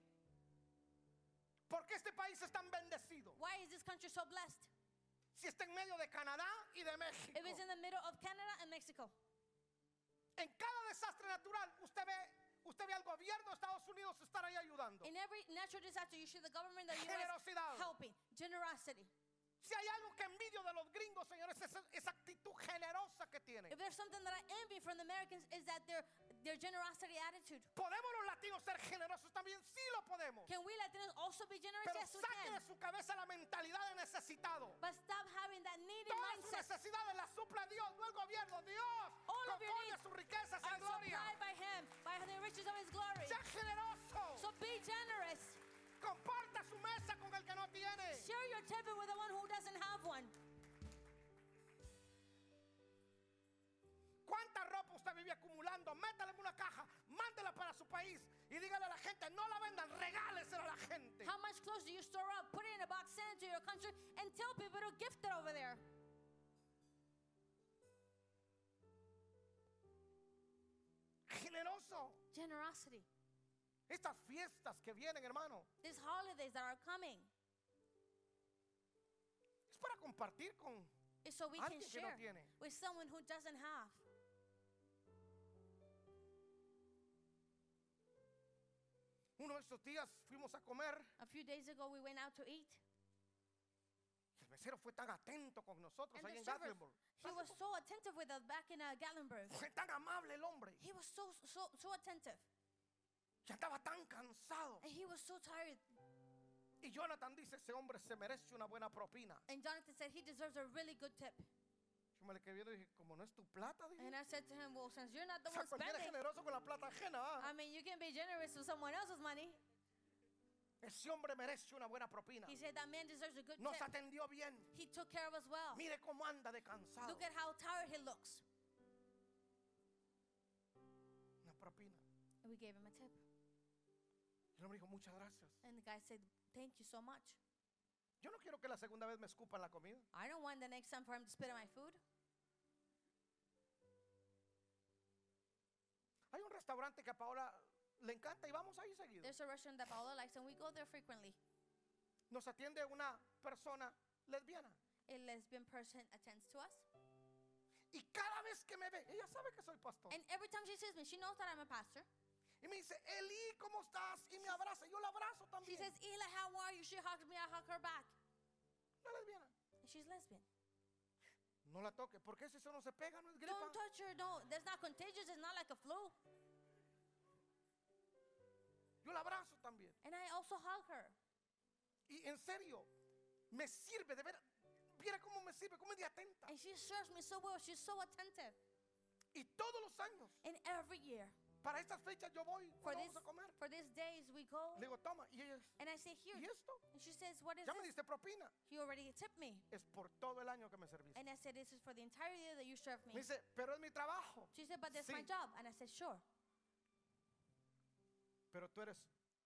Speaker 1: ¿Por qué este país es tan bendecido?
Speaker 2: Why is this country so blessed?
Speaker 1: Si está en medio de Canadá y de México.
Speaker 2: If it's in the middle of Canada and Mexico.
Speaker 1: En cada desastre natural, usted ve, usted ve al gobierno de Estados Unidos estar ahí ayudando.
Speaker 2: In every natural disaster, you see the government of the U.S.
Speaker 1: Generosidad.
Speaker 2: helping. Generosity.
Speaker 1: Si hay algo que envidio de los gringos, señores, es esa actitud generosa que tienen.
Speaker 2: If there's something that I envy from the Americans is that their, their generosity attitude.
Speaker 1: ¿Podemos los latinos ser generosos también? Sí lo podemos.
Speaker 2: Can we Latinos also be generous?
Speaker 1: Pero
Speaker 2: Yes, we
Speaker 1: saque de
Speaker 2: can.
Speaker 1: su cabeza la mentalidad de necesitado.
Speaker 2: But stop having that needy
Speaker 1: Todas sus
Speaker 2: mindset.
Speaker 1: necesidades las supla Dios, no el gobierno. Dios
Speaker 2: All of your
Speaker 1: conforme a
Speaker 2: needs
Speaker 1: sus riquezas en
Speaker 2: Are
Speaker 1: gloria.
Speaker 2: supplied by Him, by the riches of His glory.
Speaker 1: Sea generoso.
Speaker 2: So be generous.
Speaker 1: Comparta su mesa con el que no tiene.
Speaker 2: Share your table with the one who doesn't have one.
Speaker 1: ¿Cuánta ropa usted vive acumulando? Métala en una caja, mándela para su país y dígale a la gente, no la vendan, regálesela a la gente.
Speaker 2: How much clothes do you store up? Put it in a box, send it to your country, and tell people to gift it over there.
Speaker 1: Generoso.
Speaker 2: Generosity.
Speaker 1: Estas fiestas que vienen, hermano,
Speaker 2: These holidays that are coming
Speaker 1: es para compartir con...
Speaker 2: is so we can
Speaker 1: Alguien que no
Speaker 2: share
Speaker 1: tiene.
Speaker 2: with someone who doesn't have.
Speaker 1: Uno de estos días fuimos a comer,
Speaker 2: A few days ago, we went out to eat,
Speaker 1: el mesero fue tan atento con nosotros
Speaker 2: and
Speaker 1: ahí
Speaker 2: the
Speaker 1: en
Speaker 2: server,
Speaker 1: Gatlinburg.
Speaker 2: he was so attentive with us back in uh, Gatlinburg.
Speaker 1: Fue tan amable el hombre
Speaker 2: He was so so so attentive,
Speaker 1: y andaba tan cansado.
Speaker 2: and he was so tired.
Speaker 1: Y Jonathan dice, ese hombre se merece una buena propina.
Speaker 2: And Jonathan said he deserves a really good tip.
Speaker 1: Yo me le quedé viendo y dije, como no es tu plata, dije.
Speaker 2: And I said to him, well, since you're not
Speaker 1: O
Speaker 2: the
Speaker 1: sea,
Speaker 2: one
Speaker 1: cualquiera es
Speaker 2: spending,
Speaker 1: generoso con la plata ajena. ¿ah?
Speaker 2: I mean, you can be generous with someone else's money.
Speaker 1: Ese hombre merece una buena propina.
Speaker 2: He said that man deserves a good
Speaker 1: Nos
Speaker 2: tip.
Speaker 1: atendió bien.
Speaker 2: He took care of us well.
Speaker 1: Mire cómo anda de cansado.
Speaker 2: Look at how tired he looks.
Speaker 1: Una propina.
Speaker 2: And we gave him a tip.
Speaker 1: El hombre dijo, muchas gracias.
Speaker 2: And the guy said, thank you so much.
Speaker 1: Yo no quiero que la segunda vez me escupan la comida.
Speaker 2: I don't want the next time for him to spit on my food.
Speaker 1: Hay un restaurante que a Paola le encanta y vamos ahí seguido.
Speaker 2: There's a restaurant that Paola likes, and we go there frequently.
Speaker 1: Nos atiende una persona lesbiana.
Speaker 2: A lesbian person attends to us.
Speaker 1: Y cada vez que me ve, ella sabe que soy pastor. Oh.
Speaker 2: And every time she sees me, she knows that I'm a pastor.
Speaker 1: Y me dice, Eli, ¿cómo estás? Y me abraza. Yo la abrazo
Speaker 2: She
Speaker 1: también.
Speaker 2: says, Eli, how are you? She hugs me, I hug her back.
Speaker 1: Una lesbiana.
Speaker 2: And she's lesbian.
Speaker 1: No la toque, porque si eso no se pega, no es gripa.
Speaker 2: Don't touch her. No, that's not contagious. It's not like a flu.
Speaker 1: Yo la abrazo también.
Speaker 2: And I also hug her.
Speaker 1: Y en serio, me sirve de ver. Viera cómo me sirve, cómo es de atenta.
Speaker 2: And she serves me so well. She's so attentive.
Speaker 1: Y todos los años,
Speaker 2: And every year,
Speaker 1: para estas fechas, yo voy
Speaker 2: For
Speaker 1: cuando vamos
Speaker 2: this-
Speaker 1: a comer.
Speaker 2: for these days, we go.
Speaker 1: Le digo, toma. Y ella,
Speaker 2: And I say, Here.
Speaker 1: ¿y esto?
Speaker 2: And she says, What is
Speaker 1: Ya me
Speaker 2: this?
Speaker 1: diste propina.
Speaker 2: You already tipped me.
Speaker 1: Es por todo el año que me serviste.
Speaker 2: And I said, This is for the entire year that you served
Speaker 1: Me
Speaker 2: me.
Speaker 1: dice, pero es mi trabajo.
Speaker 2: She said, But that's my
Speaker 1: Sí.
Speaker 2: job. And I said, Sure.
Speaker 1: Pero tú eres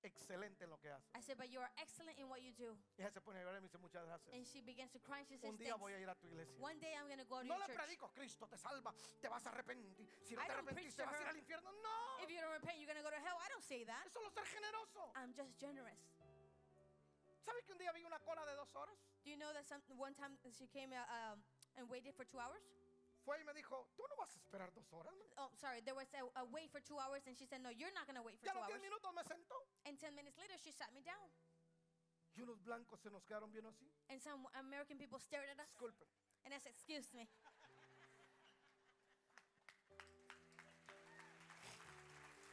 Speaker 1: excelente en lo que haces.
Speaker 2: I said, But you are excellent in what you do.
Speaker 1: Y ella se pone a llorar y me dice, muchas gracias.
Speaker 2: And she begins to cry. And she says,
Speaker 1: Un día
Speaker 2: Thanks.
Speaker 1: voy a ir a tu iglesia.
Speaker 2: One day I'm going to go to
Speaker 1: No
Speaker 2: your
Speaker 1: le
Speaker 2: church.
Speaker 1: predico, Cristo te salva, te vas a arrepentir. Si no
Speaker 2: I
Speaker 1: te
Speaker 2: don't
Speaker 1: arrepentís,
Speaker 2: preach
Speaker 1: te
Speaker 2: to
Speaker 1: vas a ir
Speaker 2: her.
Speaker 1: al infierno. No,
Speaker 2: If you Ah. don't repent, you're going to go to hell. I don't say that.
Speaker 1: es solo ser generoso.
Speaker 2: I'm just generous.
Speaker 1: ¿Sabe que un día vi una cola de dos horas?
Speaker 2: Do you know that some, one time she came uh, um, and waited for two hours?
Speaker 1: Fue y me dijo, tú no vas a esperar dos horas. ¿no?
Speaker 2: Oh, sorry, there was a, a wait for two hours, and she said, No, you're not going to wait for
Speaker 1: Ya a
Speaker 2: two
Speaker 1: los 10
Speaker 2: hours.
Speaker 1: minutos me sentó.
Speaker 2: And 10 minutes later, she sat me down.
Speaker 1: Y unos blancos se nos quedaron bien así.
Speaker 2: And some American people stared at us.
Speaker 1: Disculpen.
Speaker 2: And I said, Excuse me.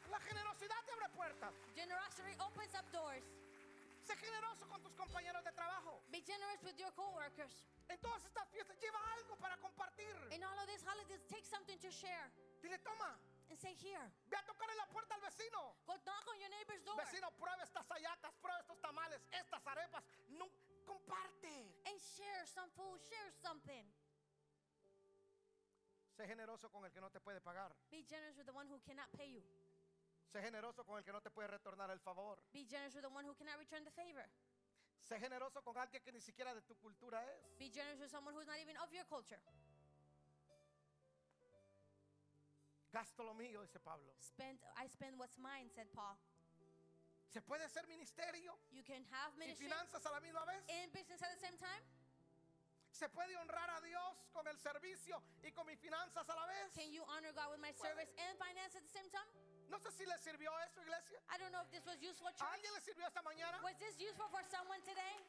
Speaker 1: La generosidad te abre puertas.
Speaker 2: Generosity opens up doors.
Speaker 1: Sé generoso con tus compañeros de trabajo.
Speaker 2: Be generous with your coworkers.
Speaker 1: En todas estas fiestas lleva algo para compartir.
Speaker 2: In all of these holidays, take something to share
Speaker 1: Dile, toma,
Speaker 2: and say, Here.
Speaker 1: ve a tocar en la puerta al vecino.
Speaker 2: Go knock on your neighbor's door
Speaker 1: Vecino, prueba estas hallacas, prueba estos tamales, estas arepas. No, comparte.
Speaker 2: and share some food, share something.
Speaker 1: Sé generoso con el que no te puede pagar.
Speaker 2: Be generous with the one who cannot pay you.
Speaker 1: Sé generoso con el que no te puede retornar el favor.
Speaker 2: Be generous with the one who cannot return the favor.
Speaker 1: Sé generoso con alguien que ni siquiera de tu cultura es.
Speaker 2: Be generous with someone who's not even of your culture.
Speaker 1: Gasto lo mío, dice Pablo.
Speaker 2: Spend, I spend what's mine, said Paul.
Speaker 1: ¿Se puede ser ministerio
Speaker 2: You can have
Speaker 1: y
Speaker 2: ministry
Speaker 1: finanzas a la misma vez?
Speaker 2: and business at the same time.
Speaker 1: ¿Se puede honrar a Dios con el servicio y con mis finanzas a la
Speaker 2: Can
Speaker 1: vez?
Speaker 2: you honor God with my
Speaker 1: Puede.
Speaker 2: service and finance at the same time?
Speaker 1: No sé si le sirvió eso, iglesia.
Speaker 2: I don't know if this was useful,
Speaker 1: ¿A
Speaker 2: church.
Speaker 1: alguien le sirvió esta mañana?
Speaker 2: Was this useful for someone today?